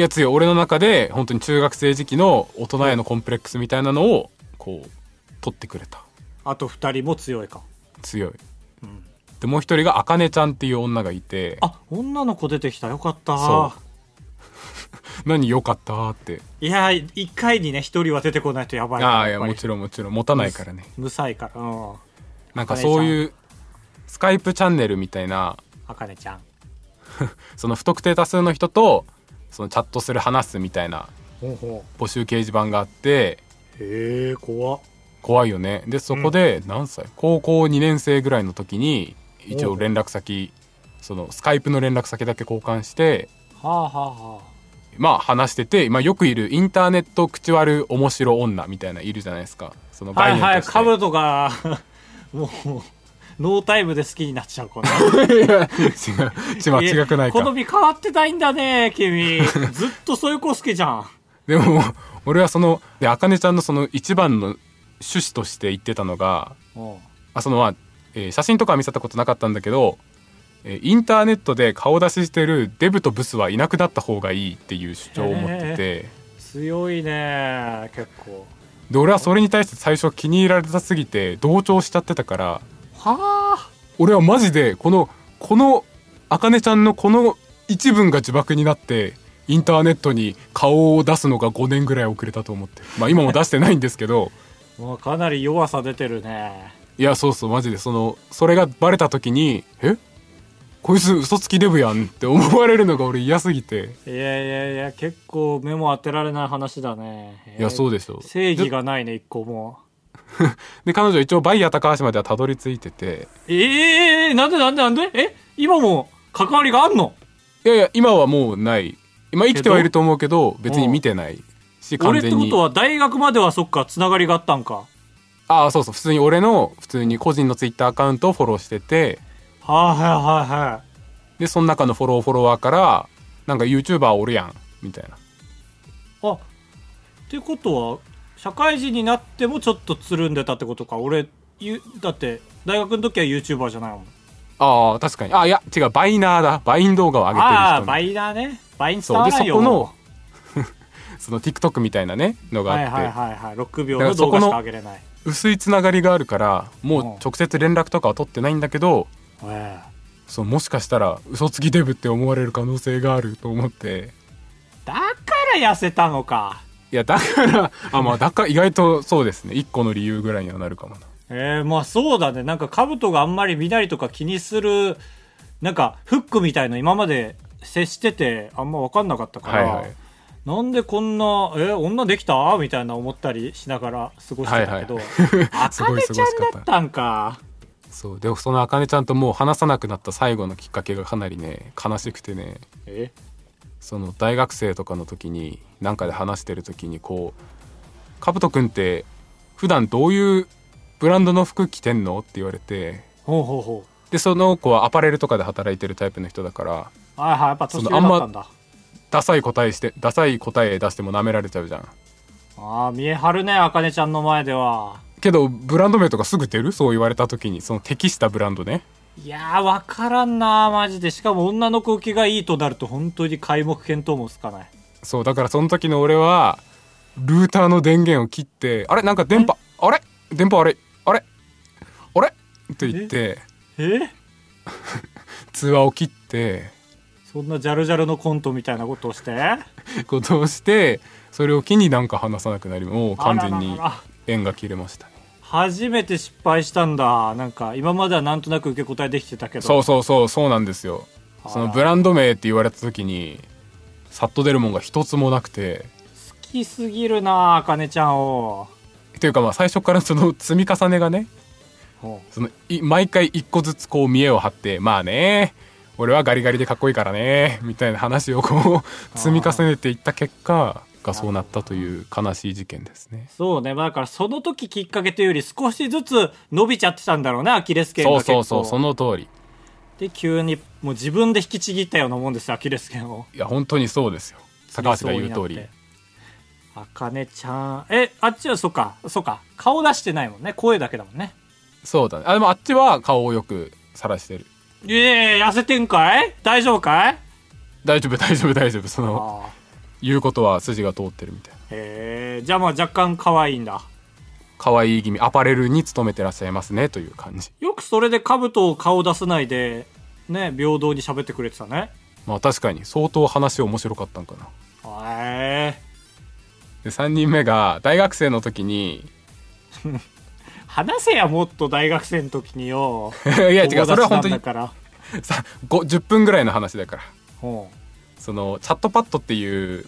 [SPEAKER 2] やつよ俺の中で本当に中学生時期の大人へのコンプレックスみたいなのをこう取ってくれた
[SPEAKER 1] あと2人も強いか
[SPEAKER 2] 強い、でもう一人があかねちゃんっていう女がいて
[SPEAKER 1] あ女の子出てきたよかった
[SPEAKER 2] そ何よかったーって
[SPEAKER 1] いやー1回にね1人は出てこないとやばい
[SPEAKER 2] ああいや
[SPEAKER 1] っぱり
[SPEAKER 2] もちろんもちろん持たないからね
[SPEAKER 1] むさいからうん
[SPEAKER 2] なんかそういうスカイプチャンネルみたいな
[SPEAKER 1] あかねちゃん
[SPEAKER 2] その不特定多数の人とそのチャットする話すみたいな
[SPEAKER 1] ほうほ
[SPEAKER 2] 募集掲示板があって
[SPEAKER 1] うへえ怖っ
[SPEAKER 2] 怖いよねでそこで何歳、高校2年生ぐらいの時に一応連絡先そのスカイプの連絡先だけ交換して
[SPEAKER 1] はあはあは
[SPEAKER 2] まあ話してて、まあ、よくいるインターネット口悪面白女みたいないるじゃないですかその
[SPEAKER 1] あは
[SPEAKER 2] 概
[SPEAKER 1] いは
[SPEAKER 2] 念
[SPEAKER 1] い
[SPEAKER 2] として、
[SPEAKER 1] かぶとが <laughs> もうノータイムで好きになっちゃう
[SPEAKER 2] <laughs>
[SPEAKER 1] この
[SPEAKER 2] 違う違う違くない
[SPEAKER 1] 好
[SPEAKER 2] か
[SPEAKER 1] み変わってないんだね
[SPEAKER 2] <laughs>
[SPEAKER 1] 君ずっとそういう子好きじゃん
[SPEAKER 2] でも俺はそので茜ちゃんのその一番の趣旨として言ってたのがあそのまあ、えー写真とかは見せたことなかったんだけど、えーインターネットで顔出ししてるデブとブスはいなくなった方がいいっていう主張を持ってて、
[SPEAKER 1] 強いね結構
[SPEAKER 2] で俺はそれに対して最初気に入られたすぎて同調しちゃってたから
[SPEAKER 1] はあ
[SPEAKER 2] 俺はマジでこのこの茜ちゃんのこの一文が呪縛になってインターネットに顔を出すのが5年ぐらい遅れたと思ってるまあ今も出してないんですけど
[SPEAKER 1] もうかなり弱さ出てるね
[SPEAKER 2] いやそうそうマジでそのそれがバレた時に「えこいつ嘘つきデブやん」って思われるのが俺嫌すぎて
[SPEAKER 1] いやいやいや結構目も当てられない話だね
[SPEAKER 2] いやそう
[SPEAKER 1] で
[SPEAKER 2] でしょ
[SPEAKER 1] 正義がないね一個も
[SPEAKER 2] で彼女一応バイヤー高橋まではたどり着いてて
[SPEAKER 1] ええなんでなんでなんでえ今も関わりがあんの
[SPEAKER 2] いやいや今はもうない今生きてはいると思うけど別に見てない
[SPEAKER 1] 俺
[SPEAKER 2] し完
[SPEAKER 1] って
[SPEAKER 2] 全
[SPEAKER 1] こ
[SPEAKER 2] に
[SPEAKER 1] とは大学まではそっかつながりがあったんか
[SPEAKER 2] ああそうそう普通に俺の普通に個人のツイッターアカウントをフォローしてて
[SPEAKER 1] はいはいはいはい
[SPEAKER 2] でその中のフォローフォロワーからなんか YouTuber おるやんみたいな
[SPEAKER 1] あってことは社会人になってもちょっとつるんでたってことか俺ゆだって大学の時は YouTuber じゃないもん
[SPEAKER 2] ああ確かにあいや違うバイナーだバイン動画を上げてる人
[SPEAKER 1] ああ
[SPEAKER 2] の
[SPEAKER 1] バイナーねバインスタ
[SPEAKER 2] そう
[SPEAKER 1] ー
[SPEAKER 2] で
[SPEAKER 1] だ
[SPEAKER 2] そ
[SPEAKER 1] よ
[SPEAKER 2] このその TikTok みたいなねのがあっ
[SPEAKER 1] は
[SPEAKER 2] て、
[SPEAKER 1] いはいはいはい6秒
[SPEAKER 2] だか
[SPEAKER 1] の
[SPEAKER 2] らそ
[SPEAKER 1] 動
[SPEAKER 2] この
[SPEAKER 1] 画しか上げれない
[SPEAKER 2] 薄いつながりがあるからもう直接連絡とかは取ってないんだけど、
[SPEAKER 1] ええ
[SPEAKER 2] そのもしかしたら嘘つきデブって思われる可能性があると思って
[SPEAKER 1] だから痩せたのか
[SPEAKER 2] いやだ <laughs> からあまあだから意外とそうですね一個の理由ぐらいにはなるかもな
[SPEAKER 1] ええまあそうだねなんか兜があんまり見なりとか気にするなんかフックみたいの今まで接しててあんま分かんなかったから、
[SPEAKER 2] はいはい
[SPEAKER 1] なんでこんなえ女できたみたいな思ったりしながら過ごしてたけど、
[SPEAKER 2] はい
[SPEAKER 1] あ
[SPEAKER 2] す
[SPEAKER 1] か
[SPEAKER 2] ご
[SPEAKER 1] ね
[SPEAKER 2] い <laughs>
[SPEAKER 1] ちゃ
[SPEAKER 2] すご
[SPEAKER 1] ん
[SPEAKER 2] い
[SPEAKER 1] だったんか
[SPEAKER 2] そうでそのあかねちゃんともう話さなくなった最後のきっかけがかなりね悲しくてね
[SPEAKER 1] え
[SPEAKER 2] その大学生とかの時になんかで話してる時にこう「かぶとくんって普段どういうブランドの服着てんの?」って言われて
[SPEAKER 1] ほうほうほう
[SPEAKER 2] でその子はアパレルとかで働いてるタイプの人だから
[SPEAKER 1] はいはいやっぱ年上だったんだ
[SPEAKER 2] ダサい答えしてダサい答え出しても舐められちゃうじゃん
[SPEAKER 1] ああ見え張るねあかねちゃんの前では
[SPEAKER 2] けどブランド名とかすぐ出るそう言われた時にその適したブランドね
[SPEAKER 1] いやーわからんなーマジでしかも女の子受けがいいとなると本当に皆目見当もつかない
[SPEAKER 2] そうだからその時の俺はルーターの電源を切ってあれなんか電波あれ電波悪いあれあれと言って
[SPEAKER 1] え
[SPEAKER 2] 通話を切って
[SPEAKER 1] そんなジャルジャルのコントみたいなことをして
[SPEAKER 2] ことをしてそれを機になんか話さなくなりもう完全
[SPEAKER 1] あらら
[SPEAKER 2] に
[SPEAKER 1] らら
[SPEAKER 2] 縁が切れましたね
[SPEAKER 1] 初めて失敗したんだなんか今まではなんとなく受け答えできてたけど
[SPEAKER 2] そうそうそうそうなんですよ
[SPEAKER 1] ら
[SPEAKER 2] そのブランド名って言われた時にさっと出るもんが一つもなくて
[SPEAKER 1] 好きすぎるなあかねちゃんを
[SPEAKER 2] っていうかまあ最初からその積み重ねがね
[SPEAKER 1] ほ
[SPEAKER 2] そのい毎回一個ずつこう見栄を張ってまあね俺はガリガリでかっこいいからねみたいな話を
[SPEAKER 1] <laughs>
[SPEAKER 2] こう積み重ねていった結果がそうなったという悲しい事件ですね
[SPEAKER 1] うそうねまあだからその時きっかけというより少しずつ伸びちゃってたんだろうねアキレス腱が
[SPEAKER 2] そう
[SPEAKER 1] 結構
[SPEAKER 2] そうそうその通り
[SPEAKER 1] で急にもう自分で引きちぎったようなもんですよアキレス腱を
[SPEAKER 2] いや本当にそうですよ高橋が言う通り
[SPEAKER 1] あかねちゃんえあっちはそっかそっか顔出してないもんね声だけだもんね
[SPEAKER 2] そうだねあでもあっちは顔をよく晒してる
[SPEAKER 1] いえ痩せてんかい大丈夫かい
[SPEAKER 2] 大丈夫大丈夫大丈夫その
[SPEAKER 1] ああ
[SPEAKER 2] 言うことは筋が通ってるみたいな
[SPEAKER 1] へえじゃあまあ若干可愛いんだ
[SPEAKER 2] 可愛い気味アパレルに勤めてらっしゃいますねという感じ
[SPEAKER 1] よくそれで兜を顔出さないでね平等に喋ってくれてたね
[SPEAKER 2] まあ確かに相当話面白かったんかな
[SPEAKER 1] へえ
[SPEAKER 2] で3人目が大学生の時に <laughs>
[SPEAKER 1] 話せやもっと大学生の時によ
[SPEAKER 2] <laughs> いや違うそれは本当
[SPEAKER 1] 友達なんだ
[SPEAKER 2] に
[SPEAKER 1] から
[SPEAKER 2] さご10分ぐらいの話だから
[SPEAKER 1] ほ
[SPEAKER 2] そのチャットパッドっていう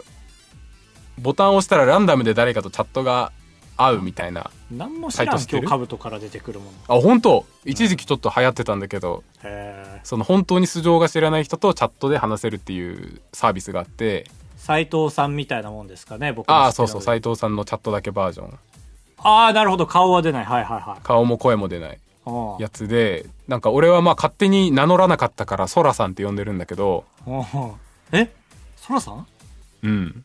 [SPEAKER 2] ボタンを押したらランダムで誰かとチャットが合うみたいな
[SPEAKER 1] う何も知
[SPEAKER 2] サイ
[SPEAKER 1] ら
[SPEAKER 2] ト
[SPEAKER 1] ん
[SPEAKER 2] 知って
[SPEAKER 1] 今
[SPEAKER 2] る
[SPEAKER 1] 日兜から出てくるもの
[SPEAKER 2] あ本当一時期ちょっと流行ってたんだけど
[SPEAKER 1] へえ
[SPEAKER 2] その本当に素性が知らない人とチャットで話せるっていうサービスがあって
[SPEAKER 1] 斎藤さんみたいなもんですかね僕の知ってる
[SPEAKER 2] ああそうそう
[SPEAKER 1] あ
[SPEAKER 2] 斉藤さんのチャットだけバージョン
[SPEAKER 1] あーなるほど顔は出ないはいはいはい
[SPEAKER 2] 顔も声も出ない
[SPEAKER 1] おう
[SPEAKER 2] やつでなんか俺はまあ勝手に名乗らなかったからソラさんって呼んでるんだけど
[SPEAKER 1] おうえそらさん
[SPEAKER 2] うん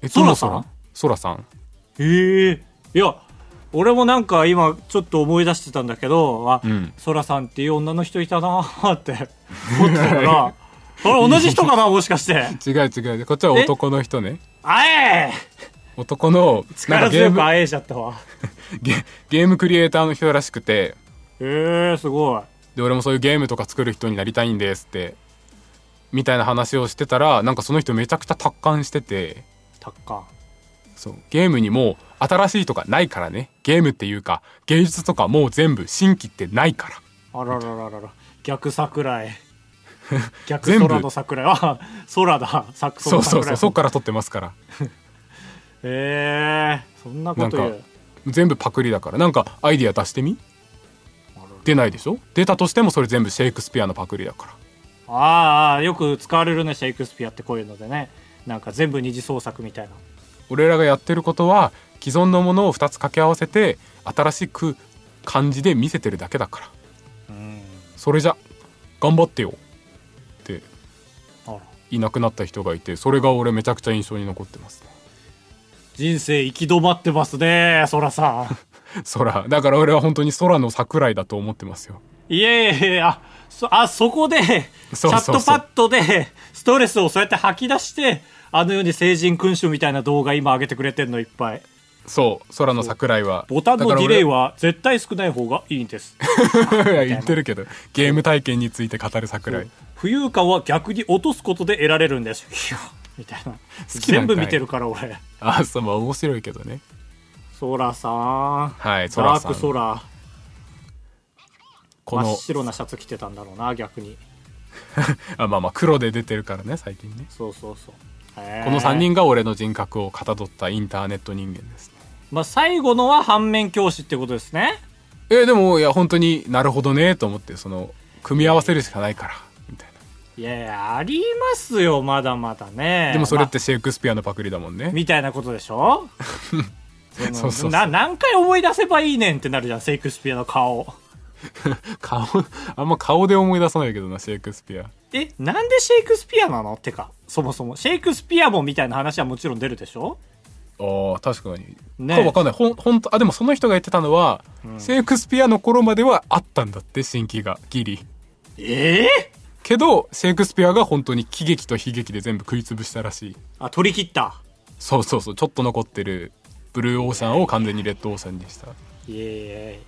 [SPEAKER 2] え
[SPEAKER 1] ソラ
[SPEAKER 2] そ
[SPEAKER 1] さん
[SPEAKER 2] らソラさん
[SPEAKER 1] へえいや俺もなんか今ちょっと思い出してたんだけどあ、
[SPEAKER 2] うん
[SPEAKER 1] そらさんっていう女の人いたなーって <laughs> 思ってたからあれ同じ人かなもしかして
[SPEAKER 2] 違う違うこっちは男の人ね
[SPEAKER 1] あえ
[SPEAKER 2] 男のなん
[SPEAKER 1] 力
[SPEAKER 2] かゲー
[SPEAKER 1] 強く
[SPEAKER 2] ム
[SPEAKER 1] あえいちゃったわ
[SPEAKER 2] ゲゲームクリエイターの人らしくて
[SPEAKER 1] へえすごい
[SPEAKER 2] で俺もそういうゲームとか作る人になりたいんですってみたいな話をしてたらなんかその人めちゃくちゃ達観してて
[SPEAKER 1] タッカン
[SPEAKER 2] そうゲームにもう新しいとかないからねゲームっていうか芸術とかもう全部新規ってないから
[SPEAKER 1] あららららら逆桜井
[SPEAKER 2] <laughs>
[SPEAKER 1] 逆
[SPEAKER 2] 全部
[SPEAKER 1] 空の桜井 <laughs> あ空だサクソ
[SPEAKER 2] そ
[SPEAKER 1] の
[SPEAKER 2] うそう
[SPEAKER 1] 桜井
[SPEAKER 2] そうそっから撮ってますから
[SPEAKER 1] へえそんなこと言
[SPEAKER 2] なん
[SPEAKER 1] う
[SPEAKER 2] か全部パクリだからなんかアイディア出してみ出ないでしょ出たとしてもそれ全部シェイクスピアのパクリだから
[SPEAKER 1] あーあーよく使われるねシェイクスピアってこういうのでねなんか全部二次創作みたいな
[SPEAKER 2] 俺らがやってることは既存のものを2つ掛け合わせて新しく感じで見せてるだけだからそれじゃ頑張ってよって
[SPEAKER 1] あら
[SPEAKER 2] いなくなった人がいてそれが俺めちゃくちゃ印象に残ってますね
[SPEAKER 1] 人生行き止まってますね空さん
[SPEAKER 2] 空だから俺は本当に空の桜井だと思ってますよ
[SPEAKER 1] いえいえあそあそこで
[SPEAKER 2] そうそうそう
[SPEAKER 1] チャットパッドでストレスをそうやって吐き出してあのように成人君主みたいな動画今上げてくれてんのいっぱい
[SPEAKER 2] そう空の桜井は
[SPEAKER 1] ボタンのディレイ
[SPEAKER 2] は
[SPEAKER 1] は絶対少ない方がいいん
[SPEAKER 2] <laughs>
[SPEAKER 1] です。
[SPEAKER 2] 言ってるけどゲーム体験について語る桜井
[SPEAKER 1] 浮遊感は逆に落とすことで得られるんです。いやみたいな。
[SPEAKER 2] きなんかい
[SPEAKER 1] 全部見てるから俺。
[SPEAKER 2] あそうまあ面白いけどね
[SPEAKER 1] ソラさん。
[SPEAKER 2] はいソラ
[SPEAKER 1] ダ
[SPEAKER 2] さ
[SPEAKER 1] ー
[SPEAKER 2] ん
[SPEAKER 1] クソラ。
[SPEAKER 2] こ
[SPEAKER 1] 真っ
[SPEAKER 2] の
[SPEAKER 1] 白なシャツ着てたんだろうな、逆に。
[SPEAKER 2] あまあまあ黒で出てるからね最近ね
[SPEAKER 1] そうそうそう。
[SPEAKER 2] こ
[SPEAKER 1] こ
[SPEAKER 2] の3。人が俺の人格をかたどったインターネット人間ですね
[SPEAKER 1] まあ、最後のは反面教師ってことですね。
[SPEAKER 2] えーでもいや本当になるほどねと思ってその組み合わせるしかないからみたい
[SPEAKER 1] いやいや、ありますよ、まだまだね。
[SPEAKER 2] なでもそれっ
[SPEAKER 1] ま
[SPEAKER 2] てシェイクスピアのパクリだもん
[SPEAKER 1] あ
[SPEAKER 2] ね
[SPEAKER 1] みたいなことでしょその
[SPEAKER 2] そうそうそう
[SPEAKER 1] な何回思い出せばいいねんってなるじゃん、セイクスピアの顔。
[SPEAKER 2] 顔 <laughs> あんま顔で思い出さないけどなシェイクスピア
[SPEAKER 1] えなんでシェイクスピアなのってかそもそもシェイクスピアもみたいな話はもちろん出るでしょ
[SPEAKER 2] あああ確かに。
[SPEAKER 1] ね
[SPEAKER 2] かわかんない。ほん本当あでもその人が言ってたのは、シェイクスピアの頃まではあったんだって新規がギリ。
[SPEAKER 1] ええ
[SPEAKER 2] けどシェイクスピアが本当に喜劇と悲劇で全部食い潰したらしい。
[SPEAKER 1] あ取り切った
[SPEAKER 2] そうそうそうちょっと残ってるブルーオーシャンを完全にレッドオーシャンにした。
[SPEAKER 1] い
[SPEAKER 2] <laughs>
[SPEAKER 1] え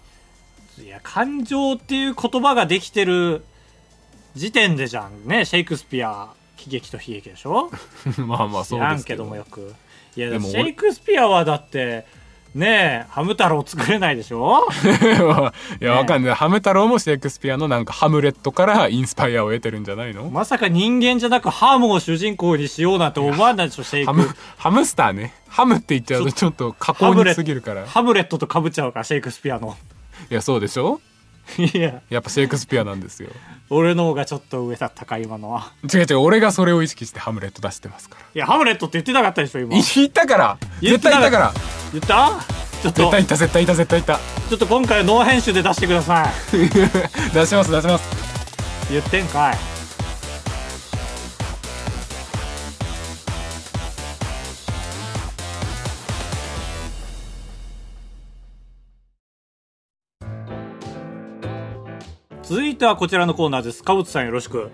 [SPEAKER 1] いえいや感情っていう言葉ができてる時点でじゃんねシェイクスピア悲劇と悲劇でしょ
[SPEAKER 2] まあまあ
[SPEAKER 1] 知
[SPEAKER 2] そう
[SPEAKER 1] ら
[SPEAKER 2] で
[SPEAKER 1] ん
[SPEAKER 2] すけ
[SPEAKER 1] けど
[SPEAKER 2] ど。
[SPEAKER 1] もよくいや
[SPEAKER 2] で
[SPEAKER 1] で
[SPEAKER 2] も
[SPEAKER 1] も
[SPEAKER 2] 俺
[SPEAKER 1] シェイクスピアはだってねえハム太郎作れないでしょ
[SPEAKER 2] <laughs> いやわかんない。ハム太郎もシェイクスピアのなんかハムレットからインスパイアを得てるんじゃないの？
[SPEAKER 1] まさか人間じゃなくハムを主人公にしようなんて思わないでしょシェイ
[SPEAKER 2] ハム
[SPEAKER 1] ク、
[SPEAKER 2] ハムスターね。ハムって言っちゃうとちょっと加工にすぎるから。い
[SPEAKER 1] ハムレットとかぶっちゃうからシェイクスピアの <laughs>
[SPEAKER 2] や、そうでしょ
[SPEAKER 1] いや
[SPEAKER 2] やっぱシェイクスピアなんですよ。
[SPEAKER 1] 俺の方がちょっと上だったか今のは
[SPEAKER 2] 違う違う、俺がそれを意識してハムレット出してますから。
[SPEAKER 1] いやハムレットって言ってなかったでしょ今
[SPEAKER 2] 言ったから
[SPEAKER 1] 言
[SPEAKER 2] 絶
[SPEAKER 1] ってな
[SPEAKER 2] 対言
[SPEAKER 1] か
[SPEAKER 2] っ
[SPEAKER 1] った
[SPEAKER 2] たから
[SPEAKER 1] 言ったちょっと
[SPEAKER 2] 絶対言った絶対言った絶対言っ
[SPEAKER 1] ちょっと今回ノー編集で出してください
[SPEAKER 2] た。出します出します。
[SPEAKER 1] 言ってんかい続いてはこちらのコーナーです。かぶつさんよろしく。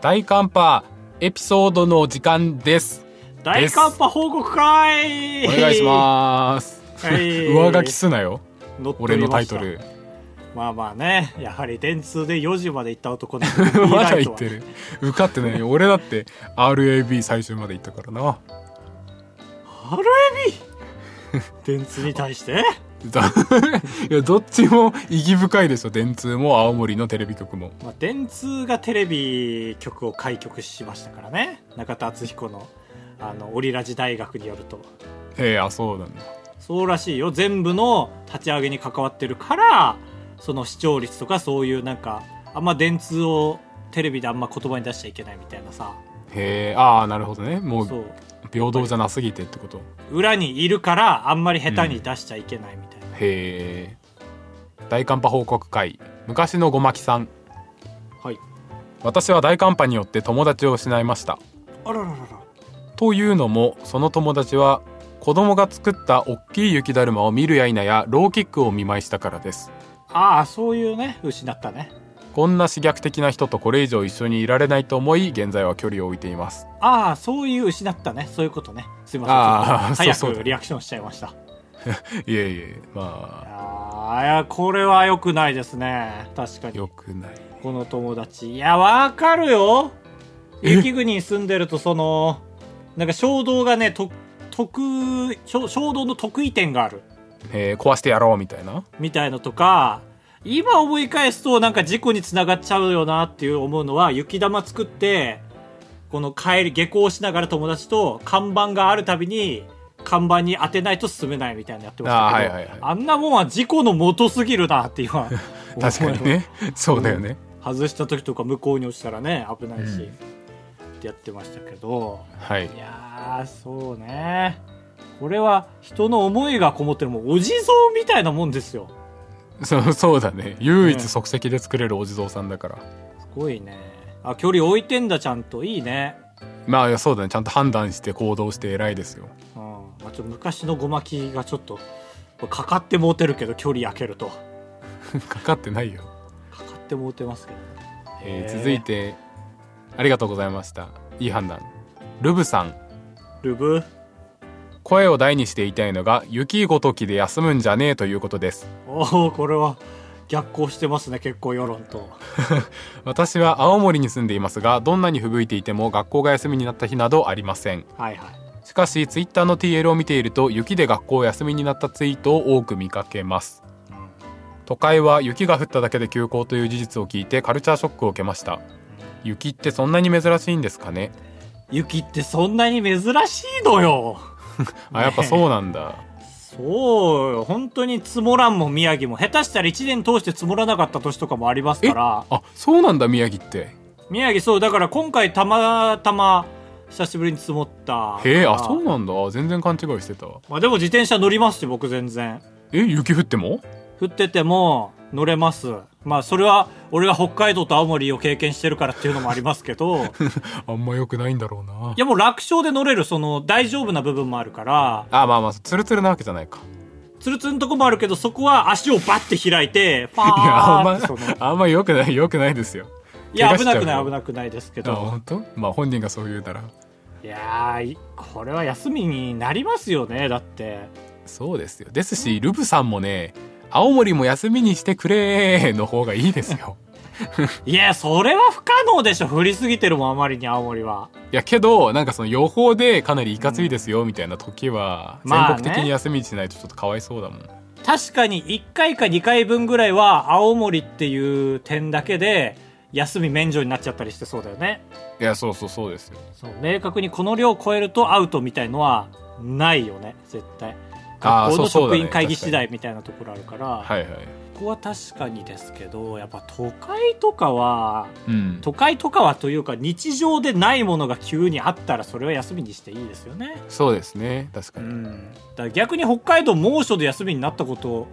[SPEAKER 2] 大寒波エピソードの時間です。
[SPEAKER 1] 大寒波報告会
[SPEAKER 2] お願いします。
[SPEAKER 1] す。はい、
[SPEAKER 2] 上書きすなよ。
[SPEAKER 1] 乗っ
[SPEAKER 2] 俺
[SPEAKER 1] 取り
[SPEAKER 2] のタ
[SPEAKER 1] ま
[SPEAKER 2] イ
[SPEAKER 1] し
[SPEAKER 2] ト
[SPEAKER 1] た
[SPEAKER 2] ル。
[SPEAKER 1] まあまあね、やはり電通で4時まで行った男の
[SPEAKER 2] <laughs> まだ言ってる。受かってないよ。俺だって RAB 最終まで行ったからな。 <laughs>
[SPEAKER 1] ハルエビ電通に対して
[SPEAKER 2] だいやどっちも意義深いでしょ電通も青森のテレビ局も
[SPEAKER 1] まあ、電通がテレビ局を開局しましたからね中田敦彦のあのオリラジ大学によると
[SPEAKER 2] へえあそうなんだ
[SPEAKER 1] そうらしいよ全部の立ち上げに関わってるからその視聴率とかそういうなんかあんま電通をテレビであんま言葉に出しちゃいけないみたいなさ
[SPEAKER 2] へえああなるほどねも
[SPEAKER 1] そう
[SPEAKER 2] う平等じゃなすぎてってこと
[SPEAKER 1] 裏にいるからあんまり下手に出しちゃいけないみたいな、
[SPEAKER 2] へえ大寒波報告会昔のごまきさん
[SPEAKER 1] はい
[SPEAKER 2] 私は大寒波によって友達を失いました
[SPEAKER 1] あらららら
[SPEAKER 2] というのもその友達は子供が作ったおっきい雪だるまを見るや否やローキックを見舞いしたからです
[SPEAKER 1] ああそういうね失ったね
[SPEAKER 2] こんな刺激的な人とこれ以上一緒にいられないと思い現在は距離を置いています
[SPEAKER 1] ああそういう失ったねそういうことねすいません
[SPEAKER 2] ああ
[SPEAKER 1] ちょっと
[SPEAKER 2] そうそう
[SPEAKER 1] 早くリアクションしちゃいました
[SPEAKER 2] いえいえま
[SPEAKER 1] あーいやこれは良くないですね確か
[SPEAKER 2] あ
[SPEAKER 1] に
[SPEAKER 2] よくない
[SPEAKER 1] この友達いやわかるよ
[SPEAKER 2] え
[SPEAKER 1] 雪国に住んでるとそのなんか衝動がねと得衝衝動の得意点がある
[SPEAKER 2] えー壊してやろうみたいな
[SPEAKER 1] みたいのとか今思い返すとなんか事故につながっちゃうよなっていう思うのは雪玉作ってこの帰り下校しながら友達と看板があるたびに看板に当てないと進めないみたいなのやってましたけど
[SPEAKER 2] あーはいはいはい
[SPEAKER 1] あんなもんは事故の元すぎるなって今
[SPEAKER 2] <laughs> 確かにねそうだよね
[SPEAKER 1] 外した時とか向こうに落ちたらね危ないし、ってやってましたけど
[SPEAKER 2] は
[SPEAKER 1] い
[SPEAKER 2] い
[SPEAKER 1] やーそうねこれは人の思いがこもってるもうお地蔵みたいなもんですよ
[SPEAKER 2] そうそうだね唯一
[SPEAKER 1] うん
[SPEAKER 2] 即席で作れるお地蔵さんだから、
[SPEAKER 1] すごいねあ距離置いてんだちゃんといいね
[SPEAKER 2] まあいやそうだねちゃんと判断して行動して偉いですよ <laughs>
[SPEAKER 1] うん、まあ、ちょっと昔のごまきがちょっとかかってもうてるけど距離開けると
[SPEAKER 2] かかってないよ、
[SPEAKER 1] かかってもうてますけど
[SPEAKER 2] えー
[SPEAKER 1] へー
[SPEAKER 2] 続いてありがとうございましたいい判断ルブさん
[SPEAKER 1] ルブ
[SPEAKER 2] 声を大にして言いたいのが雪ごときで休むんじゃねえということです
[SPEAKER 1] おおこれは逆行してますね結構世論と
[SPEAKER 2] 私は青森に住んでいますがどんなに吹雪いていても学校が休みになった日などありません
[SPEAKER 1] はいはい
[SPEAKER 2] しかしツイッターの TL を見ていると雪で学校を休みになったツイートを多く見かけます都会は雪が降っただけで休校という事実を聞いてカルチャーショックを受けました雪ってそんなに珍しいんですかね
[SPEAKER 1] 雪ってそんなに珍しいのよ
[SPEAKER 2] あやっぱそうなんだ、
[SPEAKER 1] そうよ本当に積もらんもん宮城も下手したら1年通して積もらなかった年とかもありますから
[SPEAKER 2] あそうなんだ宮城って
[SPEAKER 1] 宮城そうだから今回たまたま久しぶりに積もった
[SPEAKER 2] へえあそう
[SPEAKER 1] の
[SPEAKER 2] なんだあ全然勘違いしてた
[SPEAKER 1] まあでも自転車乗りますし僕全然
[SPEAKER 2] え雪降っても
[SPEAKER 1] 降ってても乗れますまあそれは俺が北海道と青森を経験してるからっていうのもありますけ
[SPEAKER 2] <laughs>
[SPEAKER 1] どい
[SPEAKER 2] あんま良くないんだろうな
[SPEAKER 1] やもう楽勝で乗れるその大丈夫な部分もあるから
[SPEAKER 2] あまあまあツルツルなわけじゃないか
[SPEAKER 1] ツルツルのとこもあるけどそこは足をバッて開いてパ
[SPEAKER 2] いや
[SPEAKER 1] ー
[SPEAKER 2] あんま
[SPEAKER 1] ってその
[SPEAKER 2] あんま良くない良くないですよ
[SPEAKER 1] いや
[SPEAKER 2] 怪我
[SPEAKER 1] 危
[SPEAKER 2] しちゃ
[SPEAKER 1] な
[SPEAKER 2] う
[SPEAKER 1] くない危なくないですけ
[SPEAKER 2] あ
[SPEAKER 1] ど
[SPEAKER 2] 本当まあ本人がそう言うなら
[SPEAKER 1] いやーいこれは休みになりますよねだって
[SPEAKER 2] そうですよですしルブさんもね青森も休みにしてくれーの方がいいです <laughs> よ
[SPEAKER 1] いやそれは不可能でしょ降りすぎてるもんあまりに青森はい
[SPEAKER 2] やけどなんかその予報でかなりいかついですよみたいな時は全
[SPEAKER 1] まあね
[SPEAKER 2] 国的に休みにしないとちょっとかわいそうだもん、
[SPEAKER 1] 確かに1回か2回分ぐらいは青森っていう点だけで休み免除になっちゃったりしてそうだよね
[SPEAKER 2] いやそうそうそうですよ
[SPEAKER 1] そう明確にこの量を超えるとアウトみたいのはないよね絶対
[SPEAKER 2] あー
[SPEAKER 1] 学校の
[SPEAKER 2] そうそう
[SPEAKER 1] 職
[SPEAKER 2] だね
[SPEAKER 1] 員会議次第みたいなところあるから
[SPEAKER 2] はいはい
[SPEAKER 1] ここは確かにですけどやっぱ都会とかは
[SPEAKER 2] うん
[SPEAKER 1] 都会とかはというか日常でないものが急にあったらそれは休みにしていいですよね
[SPEAKER 2] そうですね確か
[SPEAKER 1] う
[SPEAKER 2] に、
[SPEAKER 1] んだから逆に北海道猛暑で休みになったこと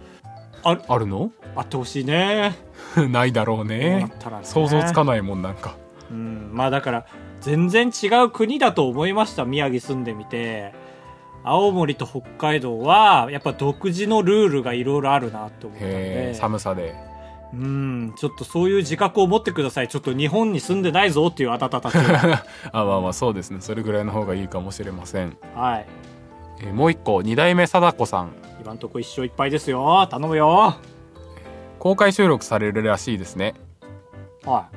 [SPEAKER 1] あ
[SPEAKER 2] あるの <laughs>
[SPEAKER 1] あってほしいね
[SPEAKER 2] ないだろう
[SPEAKER 1] こう
[SPEAKER 2] ね
[SPEAKER 1] なったらね
[SPEAKER 2] 想像つかないもんなんか
[SPEAKER 1] うん、まあだから全然違う国だと思いました宮城住んでみて青森と北海道はやっぱ独自のルールがいろいろあるなって思ったん
[SPEAKER 2] へ
[SPEAKER 1] で
[SPEAKER 2] え寒さで
[SPEAKER 1] うんちょっとそういう自覚を持ってくださいちょっと日本に住んでないぞっていうあたた <laughs> たちは
[SPEAKER 2] あまあまあそうですねそれぐらいの方がいいかもしれません、
[SPEAKER 1] はい
[SPEAKER 2] えーもう一個二代目貞子さん
[SPEAKER 1] 今んとこ一生いっぱいですよ頼むよ
[SPEAKER 2] 公開収録されるらしいですね
[SPEAKER 1] はい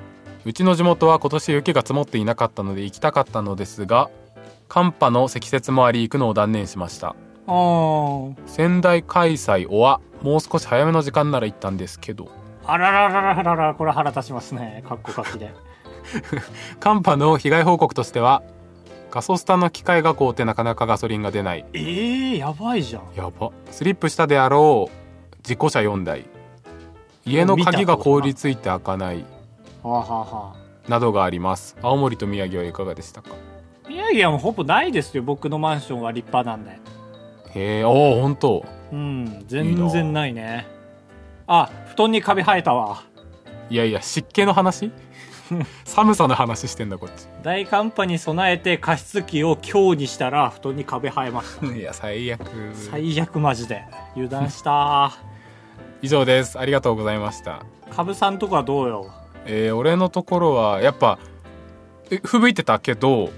[SPEAKER 1] う
[SPEAKER 2] ちの地元は今年雪が積もっていなかったので行きたかったのですが寒波の積雪もあり行くのを断念しました
[SPEAKER 1] あー
[SPEAKER 2] 仙台開催おわもう少し早めの時間なら行ったんですけど
[SPEAKER 1] あらららららららこれ腹立ちますねかっこかきで
[SPEAKER 2] 寒波の被害報告としてはガソスタの機械が凍ってなかなかガソリンが出ない
[SPEAKER 1] <laughs> えー、やばいじゃん
[SPEAKER 2] やばスリップしたであろう事故車4台家の鍵が凍りついて開かない
[SPEAKER 1] はあ、はあはあ
[SPEAKER 2] などがあります青森と宮城はいかがでしたか
[SPEAKER 1] 宮城はもうほぼないですよ僕のマンションは立派なんで
[SPEAKER 2] へえおお本当
[SPEAKER 1] うん全然ないねあ布団にカビ生えたわ
[SPEAKER 2] いやいや湿気の <laughs> 話寒さの話してんだこっち
[SPEAKER 1] 大寒波に備えて加湿器を強にしたら布団にカビ生えました
[SPEAKER 2] いや最悪
[SPEAKER 1] 最悪マジで油断した
[SPEAKER 2] <laughs> 以上ですありがとうございました
[SPEAKER 1] カブさんとかどうよ、
[SPEAKER 2] えー俺のところはやっぱえ吹雪いてたけど
[SPEAKER 1] うん、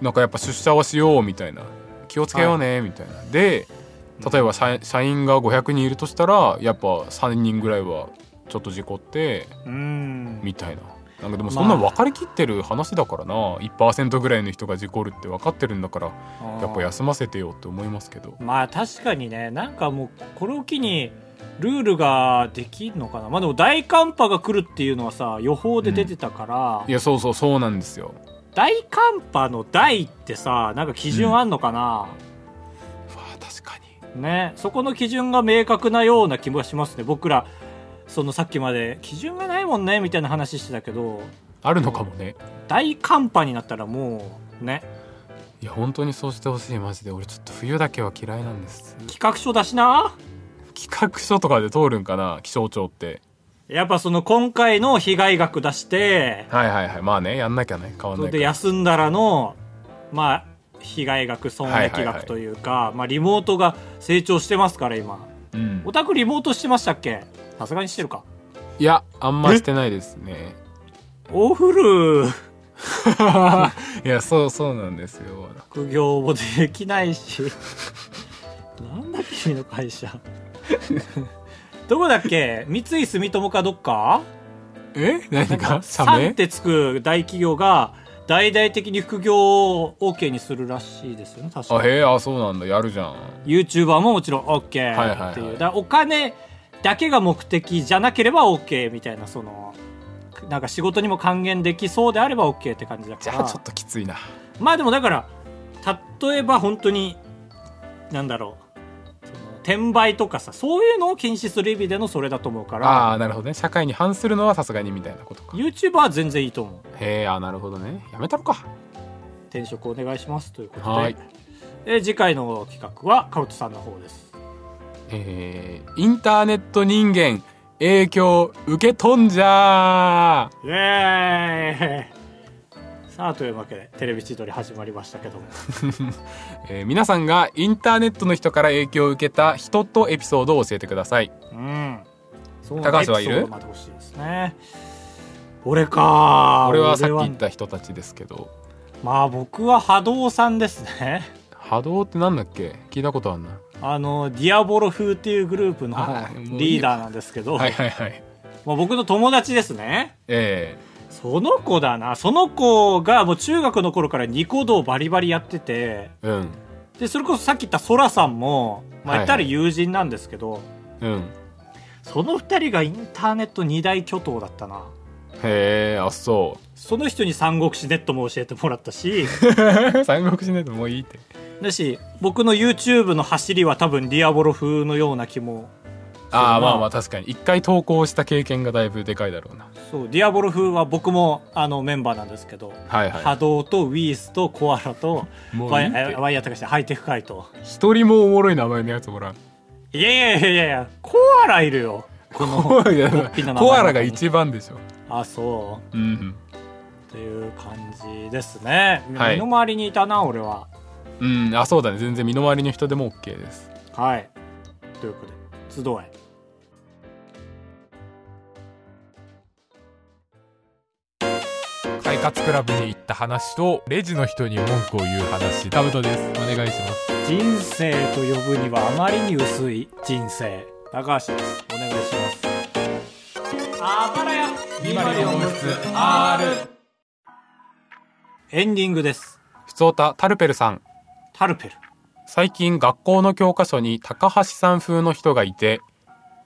[SPEAKER 2] なんかやっぱ出社をしようみたいな気をつけようねみたいな、で例えば社社員が500人いるとしたらやっぱ3人ぐらいはちょっと事故って
[SPEAKER 1] うん
[SPEAKER 2] みたいななんかでもそんな
[SPEAKER 1] まあ
[SPEAKER 2] 分かりきってる話だからな1%ぐらいの人が事故るって分かってるんだからやっぱ休ませてよって思いますけど
[SPEAKER 1] まあ確かにねなんかもうこれを機にルールができるのかなまあでも大寒波が来るっていうのはさ予報で出てたから、
[SPEAKER 2] いやそうそうそうなんですよ
[SPEAKER 1] 大寒波の「大」ってさなんか基準あんのかな、
[SPEAKER 2] わあ確かに
[SPEAKER 1] ねそこの基準が明確なような気もしますね僕らそのさっきまで基準がないもんねみたいな話してたけど
[SPEAKER 2] あるのかもね
[SPEAKER 1] 大寒波になったらもうね
[SPEAKER 2] いや本当にそうしてほしいマジで俺ちょっと冬だけは嫌いなんです
[SPEAKER 1] 企画書出しな
[SPEAKER 2] 企画書とかで通るんかな気象庁って
[SPEAKER 1] やっぱその今回の被害額出して
[SPEAKER 2] はいはいはいまあねやんなきゃね変わん
[SPEAKER 1] それ
[SPEAKER 2] ないか
[SPEAKER 1] で
[SPEAKER 2] ら
[SPEAKER 1] 休んだらのまあ被害額損益
[SPEAKER 2] はいはいは
[SPEAKER 1] 額
[SPEAKER 2] い
[SPEAKER 1] というか、まあ、リモートが成長してますから今
[SPEAKER 2] うん
[SPEAKER 1] お、宅リモートしてましたっけさすがにしてるか
[SPEAKER 2] いやあんましてないですね
[SPEAKER 1] おフル
[SPEAKER 2] いやそうそうなんですよ
[SPEAKER 1] 副業もできないしなんだ君の会社どこだっけ三井住友かどっか
[SPEAKER 2] え何
[SPEAKER 1] なん
[SPEAKER 2] が
[SPEAKER 1] か
[SPEAKER 2] サ
[SPEAKER 1] 3
[SPEAKER 2] メ
[SPEAKER 1] ってつく大企業が大々的に副業を OK にするらしいですよね確
[SPEAKER 2] あ
[SPEAKER 1] かに
[SPEAKER 2] へえあそうなんだやるじゃん
[SPEAKER 1] YouTuber ももちろん OK っていう、
[SPEAKER 2] はいはいはい
[SPEAKER 1] だからお金だけが目的じゃなければ OK みたいなそのなんか仕事にも還元できそうであれば OK って感じだから
[SPEAKER 2] じゃあちょっときついな
[SPEAKER 1] まあでもだから例えば本当になんだろうその転売とかさそういうのを禁止する意味でのそれだと思うか
[SPEAKER 2] ああ
[SPEAKER 1] ら
[SPEAKER 2] なるほどね社会に反するのはさすがにみたいなことか
[SPEAKER 1] YouTuber は全然いいと思う
[SPEAKER 2] へえあなるほどねやめたのか
[SPEAKER 1] 転職お願いしますということで、
[SPEAKER 2] はい
[SPEAKER 1] えー次回の企画はカウトさんの方です
[SPEAKER 2] えーインターネット人間影響受けとんじゃー
[SPEAKER 1] イエーイさあというわけでテレビ千鳥始まりましたけども
[SPEAKER 2] えー皆さんがインターネットの人から影響を受けた人とエピソードを教えてください
[SPEAKER 1] うんそう
[SPEAKER 2] 高橋はいる
[SPEAKER 1] エピソードまで欲しいですね俺か
[SPEAKER 2] 俺はさっき言った人たちですけど
[SPEAKER 1] まあ僕は波動さんですね
[SPEAKER 2] 波動ってなんだっけ聞いたことあん <laughs> な
[SPEAKER 1] あのディアボロ風っていうグループの
[SPEAKER 2] はいもういいよ
[SPEAKER 1] リーダーなんですけど、
[SPEAKER 2] はいはいはい
[SPEAKER 1] まあ、僕の友達ですね
[SPEAKER 2] え
[SPEAKER 1] その子だなその子がもう中学の頃からニコ動バリバリやってて
[SPEAKER 2] えうん
[SPEAKER 1] でそれこそさっき言ったソラさんも、まあ、
[SPEAKER 2] は
[SPEAKER 1] 言
[SPEAKER 2] いはい
[SPEAKER 1] ったら友人なんですけど、
[SPEAKER 2] うん
[SPEAKER 1] その2人がインターネット二大巨頭だったな
[SPEAKER 2] へえあそ
[SPEAKER 1] その人に三国志ネットも教えてもらった
[SPEAKER 2] <laughs>
[SPEAKER 1] し
[SPEAKER 2] う三国志ネットもういいって
[SPEAKER 1] だし僕の YouTube の走りは多分ディアボロ風のような気も
[SPEAKER 2] あ
[SPEAKER 1] そ
[SPEAKER 2] あ
[SPEAKER 1] うま
[SPEAKER 2] ま
[SPEAKER 1] あ
[SPEAKER 2] あまあ確かに一回投稿した経験がだいぶでかいだろうな
[SPEAKER 1] そうディアボロ風は僕もあのメンバーなんですけど、
[SPEAKER 2] はいは
[SPEAKER 1] 波動とウィースとコアラと
[SPEAKER 2] いもう
[SPEAKER 1] ワ
[SPEAKER 2] いい
[SPEAKER 1] イ
[SPEAKER 2] って
[SPEAKER 1] ワイヤー高橋ハイテク会と
[SPEAKER 2] 一人もおもろい名前のやつ <laughs> もらん
[SPEAKER 1] いやいやいやいやいやコアラいるよこの
[SPEAKER 2] コアラ
[SPEAKER 1] ピな名前
[SPEAKER 2] コアラが一番でしょ
[SPEAKER 1] あそ
[SPEAKER 2] うん
[SPEAKER 1] うという感じですね、
[SPEAKER 2] はい
[SPEAKER 1] 身の回りにいたな俺は
[SPEAKER 2] うん、うん、あそうだね全然身の回りの人でも OK です
[SPEAKER 1] はいということで集え
[SPEAKER 3] 快活クラブに行った話とレジの人に文句を言う話
[SPEAKER 2] タブトですお願いします
[SPEAKER 1] 人生と呼ぶにはあまりに薄い人生高橋ですお願いしますあばらやエンディングです
[SPEAKER 2] ふつおたタルペルさん
[SPEAKER 1] タルペル
[SPEAKER 2] 最近学校の教科書に高橋さん風の人がいて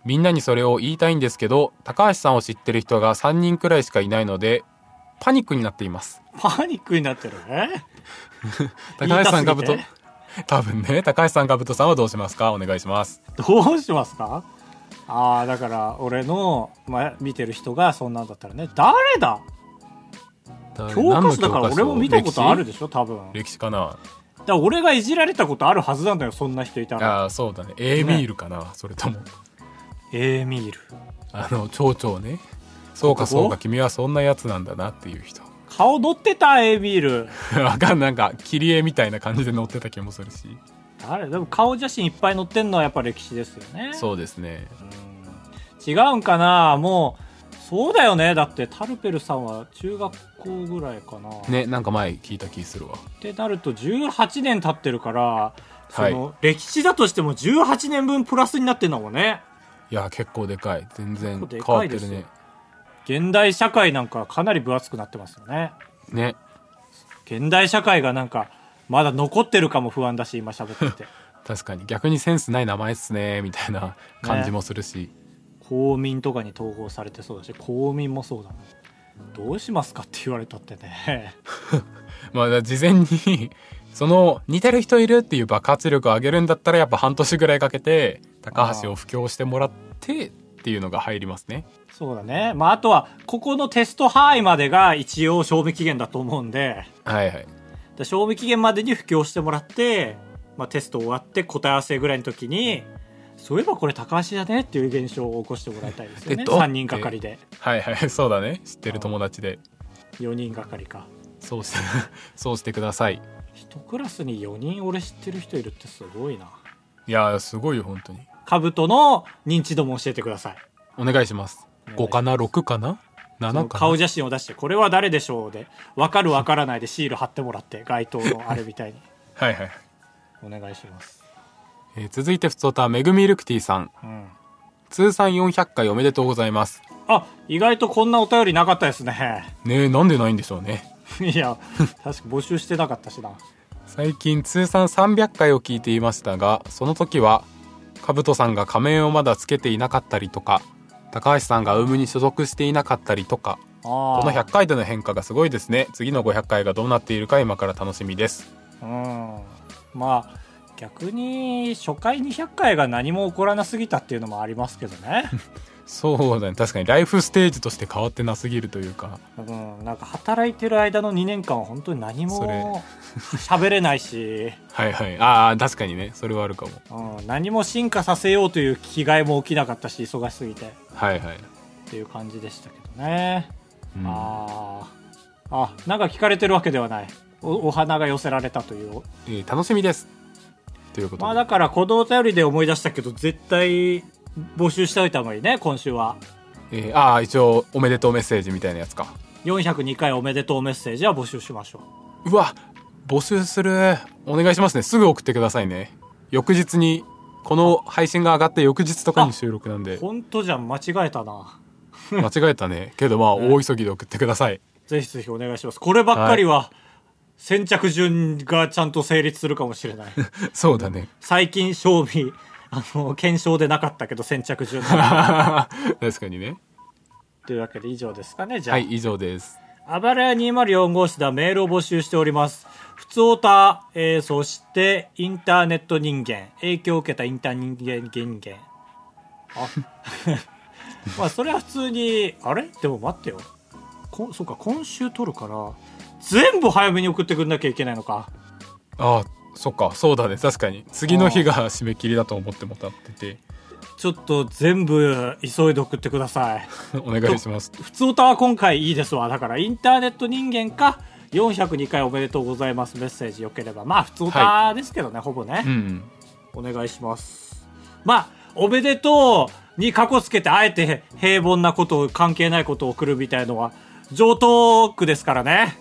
[SPEAKER 2] みんなにそれを言いたいんですけど高橋さんを知ってる人が3人くらいしかいないのでパニックになっています
[SPEAKER 1] パニックになってるね言いたすぎて
[SPEAKER 2] 高橋さんかぶと多分ね高橋さんかぶとさんはどうしますかお願いします
[SPEAKER 1] どうしますかああだから俺の、まあ、見てる人がそんなんだったらね誰だ教科書だから俺も見たことあるでしょ多分だか
[SPEAKER 2] 歴史かな
[SPEAKER 1] ら俺がいじられたことあるはずなんだよそんな人いたら
[SPEAKER 2] ああそうだね A
[SPEAKER 1] ね
[SPEAKER 2] ミールかな、それとも
[SPEAKER 1] エーミール
[SPEAKER 2] あの町長ねそうか
[SPEAKER 1] ここ
[SPEAKER 2] そうか君はそんなやつなんだなっていう人
[SPEAKER 1] 顔乗ってたエーミール
[SPEAKER 2] わかんないなんか切り絵みたいな感じで乗ってた気もするし
[SPEAKER 1] 誰でも顔写真いっぱい載ってんのはやっぱ歴史ですよね
[SPEAKER 2] そうですね
[SPEAKER 1] 違うんかなもうそうだよねだってタルペルさんは中学校ぐらいかな、
[SPEAKER 2] ねなんか前聞いた気するわ
[SPEAKER 1] ってなると18年経ってるからそ
[SPEAKER 2] はい
[SPEAKER 1] の、歴史だとしても18年分プラスになってんだもんね
[SPEAKER 2] いや結構でかい全然
[SPEAKER 1] 結
[SPEAKER 2] 変
[SPEAKER 1] 構
[SPEAKER 2] わ
[SPEAKER 1] で
[SPEAKER 2] っ
[SPEAKER 1] かい
[SPEAKER 2] て
[SPEAKER 1] です
[SPEAKER 2] る
[SPEAKER 1] よ
[SPEAKER 2] ね
[SPEAKER 1] 現代社会なんかかなり分厚くなってますよね
[SPEAKER 2] ね
[SPEAKER 1] 現代社会がなんかまだ残ってるかも不安だし今喋って <laughs> て
[SPEAKER 2] 確かに逆にセンスない名前っすねみたいな感じもするし、
[SPEAKER 1] 公民とかに統合されてそうだし公民もそうだなどうしますかって言われたってね <laughs>
[SPEAKER 2] まあだから事前に <laughs> その似てる人いるっていう爆発力を上げるんだったらやっぱ半年ぐらいかけて高橋を布教してもらってっていうのが入りますね
[SPEAKER 1] そうだねまああとはここのテスト範囲までが一応賞味期限だと思うんで
[SPEAKER 2] はいはい
[SPEAKER 1] で賞味期限までに布教してもらって、まあ、テスト終わって答え合わせぐらいの時にそういえばこれ高橋だねっていう現象を起こしてもらいたいですよね
[SPEAKER 2] でどう
[SPEAKER 1] 3人がかりで
[SPEAKER 2] はいはい <laughs> そうだね知ってる友達で
[SPEAKER 1] 4人がかりか
[SPEAKER 2] そうして <laughs> そうしてください
[SPEAKER 1] 一クラスに4人俺知ってる人いるってすごいない
[SPEAKER 2] やーすごいよ本当に
[SPEAKER 1] カブトの認知度も教えてください
[SPEAKER 2] お願いします5かな6か
[SPEAKER 1] そ
[SPEAKER 2] な7
[SPEAKER 1] の
[SPEAKER 2] かな
[SPEAKER 1] 顔写真を出してこれは誰でしょうで分かる分からないでシール貼ってもらって街頭のあれみたいに
[SPEAKER 2] はいはい、
[SPEAKER 1] <laughs> お願いします
[SPEAKER 2] えー続いてふつおためぐみルクティさん
[SPEAKER 1] うん
[SPEAKER 2] 通算400回おめでとうございます
[SPEAKER 1] あ意外とこんなお便りなかったですね <laughs>
[SPEAKER 2] ねえなんでないんでしょうね
[SPEAKER 1] いや確か募集してなかったしな
[SPEAKER 2] 最近通算300回を聞いていましたがその時はカブトさんが仮面をまだつけていなかったりとか高橋さんがウームに所属していなかったりとか
[SPEAKER 1] あ
[SPEAKER 2] この100回での変化がすごいですね次の500回がどうなっているか今から楽しみです
[SPEAKER 1] うんまあ逆に初回200回が何も起こらなすぎたっていうのもありますけどね
[SPEAKER 2] <laughs> そうだね確かにライフステージとして変わってなすぎるというか
[SPEAKER 1] うん、なんか働いてる間の2年間は本当に何
[SPEAKER 2] それ
[SPEAKER 1] も喋れないし、
[SPEAKER 2] はいはいああ確かにねそれはあるかも
[SPEAKER 1] うん、何も進化させようという気概も起きなかったし忙しすぎてっ
[SPEAKER 2] はいはい、
[SPEAKER 1] ていう感じでしたけどね、
[SPEAKER 2] うん
[SPEAKER 1] あーあなんか聞かれてるわけではないおお花が寄せられたという
[SPEAKER 2] えー楽しみですということ
[SPEAKER 1] まあ
[SPEAKER 2] で、
[SPEAKER 1] だからこのお便りで思い出したけど絶対募集しておいた方がいいね今週は
[SPEAKER 2] えーああ一応おめでとうメッセージみたいなやつか
[SPEAKER 1] 402回おめでとうメッセージは募集しましょ
[SPEAKER 2] うわ募集するお願いしますねすぐ送ってくださいね翌日にこの配信が上がって翌日とかに収録なん
[SPEAKER 1] う
[SPEAKER 2] で
[SPEAKER 1] 本当じゃん間違えたな
[SPEAKER 2] 間違えたねけどまあ大急ぎで送ってください
[SPEAKER 1] ぜひぜひお願いしますこればっかりは、先着順がちゃんと成立するかもしれない
[SPEAKER 2] そうだね
[SPEAKER 1] 最近賞味あの検証でなかったけど先着順
[SPEAKER 2] <laughs> 確かにね
[SPEAKER 1] というわけで以上ですかねじゃあ、
[SPEAKER 2] はい以上です
[SPEAKER 1] あばらや204号室ではメールを募集しております。普通オタ、えー、そしてインターネット人間、影響を受けたインター人間人間。あ、 <laughs> まあそれは普通に、あれでも待ってよ。こそうか、今週撮るから、全部早めに送ってくんなきゃいけないのか。
[SPEAKER 2] ああそっかそうだね確かに次の日が締め切りだと思ってもたってて <laughs>
[SPEAKER 1] ちょっと全部急いで送ってください。
[SPEAKER 2] お願いします
[SPEAKER 1] 普通歌は今回いいですわだからインターネット人間か402回おめでとうございますメッセージよければまあ普通歌ですけどね、ほぼ
[SPEAKER 2] うんう
[SPEAKER 1] ね、
[SPEAKER 2] ん
[SPEAKER 1] お願いしますまあおめでとうに過去つけてあえて平凡なこと関係ないことを送るみたいのは上等句ですからね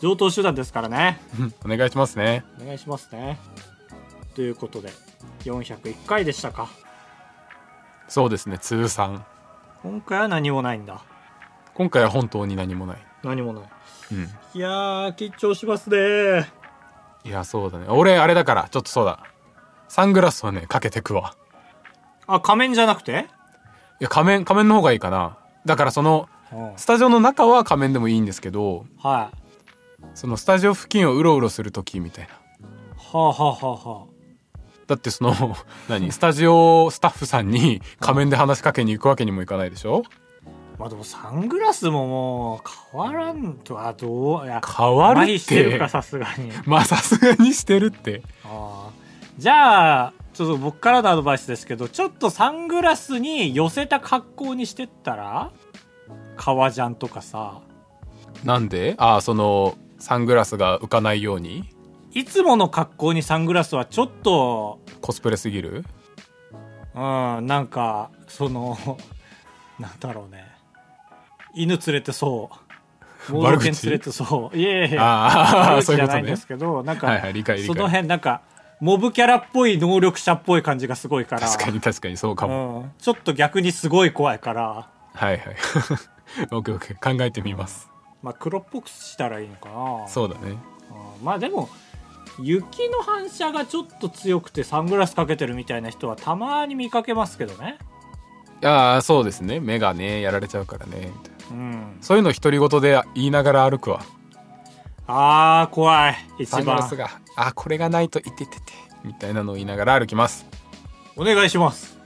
[SPEAKER 1] 上等手段ですからね
[SPEAKER 2] うんお願いしますね
[SPEAKER 1] お願いしますねということで401回でしたか
[SPEAKER 2] そうですね通算
[SPEAKER 1] 今回は何もないんだ
[SPEAKER 2] 今回は本当に何もない、
[SPEAKER 1] 何もない
[SPEAKER 2] うん、
[SPEAKER 1] いやー緊張しますね
[SPEAKER 2] いやそうだね俺あれだからちょっとそうだサングラスをねかけてくわ
[SPEAKER 1] あ仮面じゃなくて
[SPEAKER 2] いや仮面仮面の方がいいかなだからそのスタジオの中は仮面でもいいんですけど
[SPEAKER 1] はい。
[SPEAKER 2] そのスタジオ付近をうろうろする時みたいな
[SPEAKER 1] はあ、はあはあは
[SPEAKER 2] だってその <laughs> 何スタジオスタッフさんに仮面で話しかけに行くわけにもいかないでしょ
[SPEAKER 1] あ、まあでもサングラスももう変わらんとはどういや
[SPEAKER 2] 変わる
[SPEAKER 1] 麻痺
[SPEAKER 2] っ
[SPEAKER 1] してる
[SPEAKER 2] て
[SPEAKER 1] かさすがに。
[SPEAKER 2] まあさすがにしてるって
[SPEAKER 1] ああじゃあちょっと僕からのアドバイスですけどちょっとサングラスに寄せた格好にしてったら革ジャンとかさ
[SPEAKER 2] なんでああそのサングラスが浮かないように
[SPEAKER 1] いつもの格好にサングラスはちょっと
[SPEAKER 2] コスプレすぎる
[SPEAKER 1] うんなんかその <laughs> なんだろうね犬連れてそう盲導犬連れてそういえいえ
[SPEAKER 2] ああ
[SPEAKER 1] 悪
[SPEAKER 2] そう
[SPEAKER 1] 口
[SPEAKER 2] い
[SPEAKER 1] じ
[SPEAKER 2] う
[SPEAKER 1] ゃな
[SPEAKER 2] こと
[SPEAKER 1] いんで
[SPEAKER 2] ね
[SPEAKER 1] すけど、なんか、
[SPEAKER 2] はいはい理解理
[SPEAKER 1] その
[SPEAKER 2] 解
[SPEAKER 1] 辺なんか、モブキャラっぽい能力者っぽい感じがすごいから、
[SPEAKER 2] 確かに確かにそうかも、
[SPEAKER 1] うん、ちょっと逆にすごい怖いから、
[SPEAKER 2] はい <laughs> はいオッケーオッケー考えてみます
[SPEAKER 1] まあ黒っぽくしたらいいのかな。
[SPEAKER 2] そうだね
[SPEAKER 1] うんまあでも、雪の反射がちょっと強くてサングラスかけてるみたいな人はたまに見かけますけどね。
[SPEAKER 2] ああそうですね目がねやられちゃうからね
[SPEAKER 1] うん。
[SPEAKER 2] そういうの独り言で言いながら歩くわ
[SPEAKER 1] あー、怖い。一
[SPEAKER 2] サングラス
[SPEAKER 1] 番。
[SPEAKER 2] があこれがないといてててみたいなのを言いながら歩きます
[SPEAKER 1] お願いします。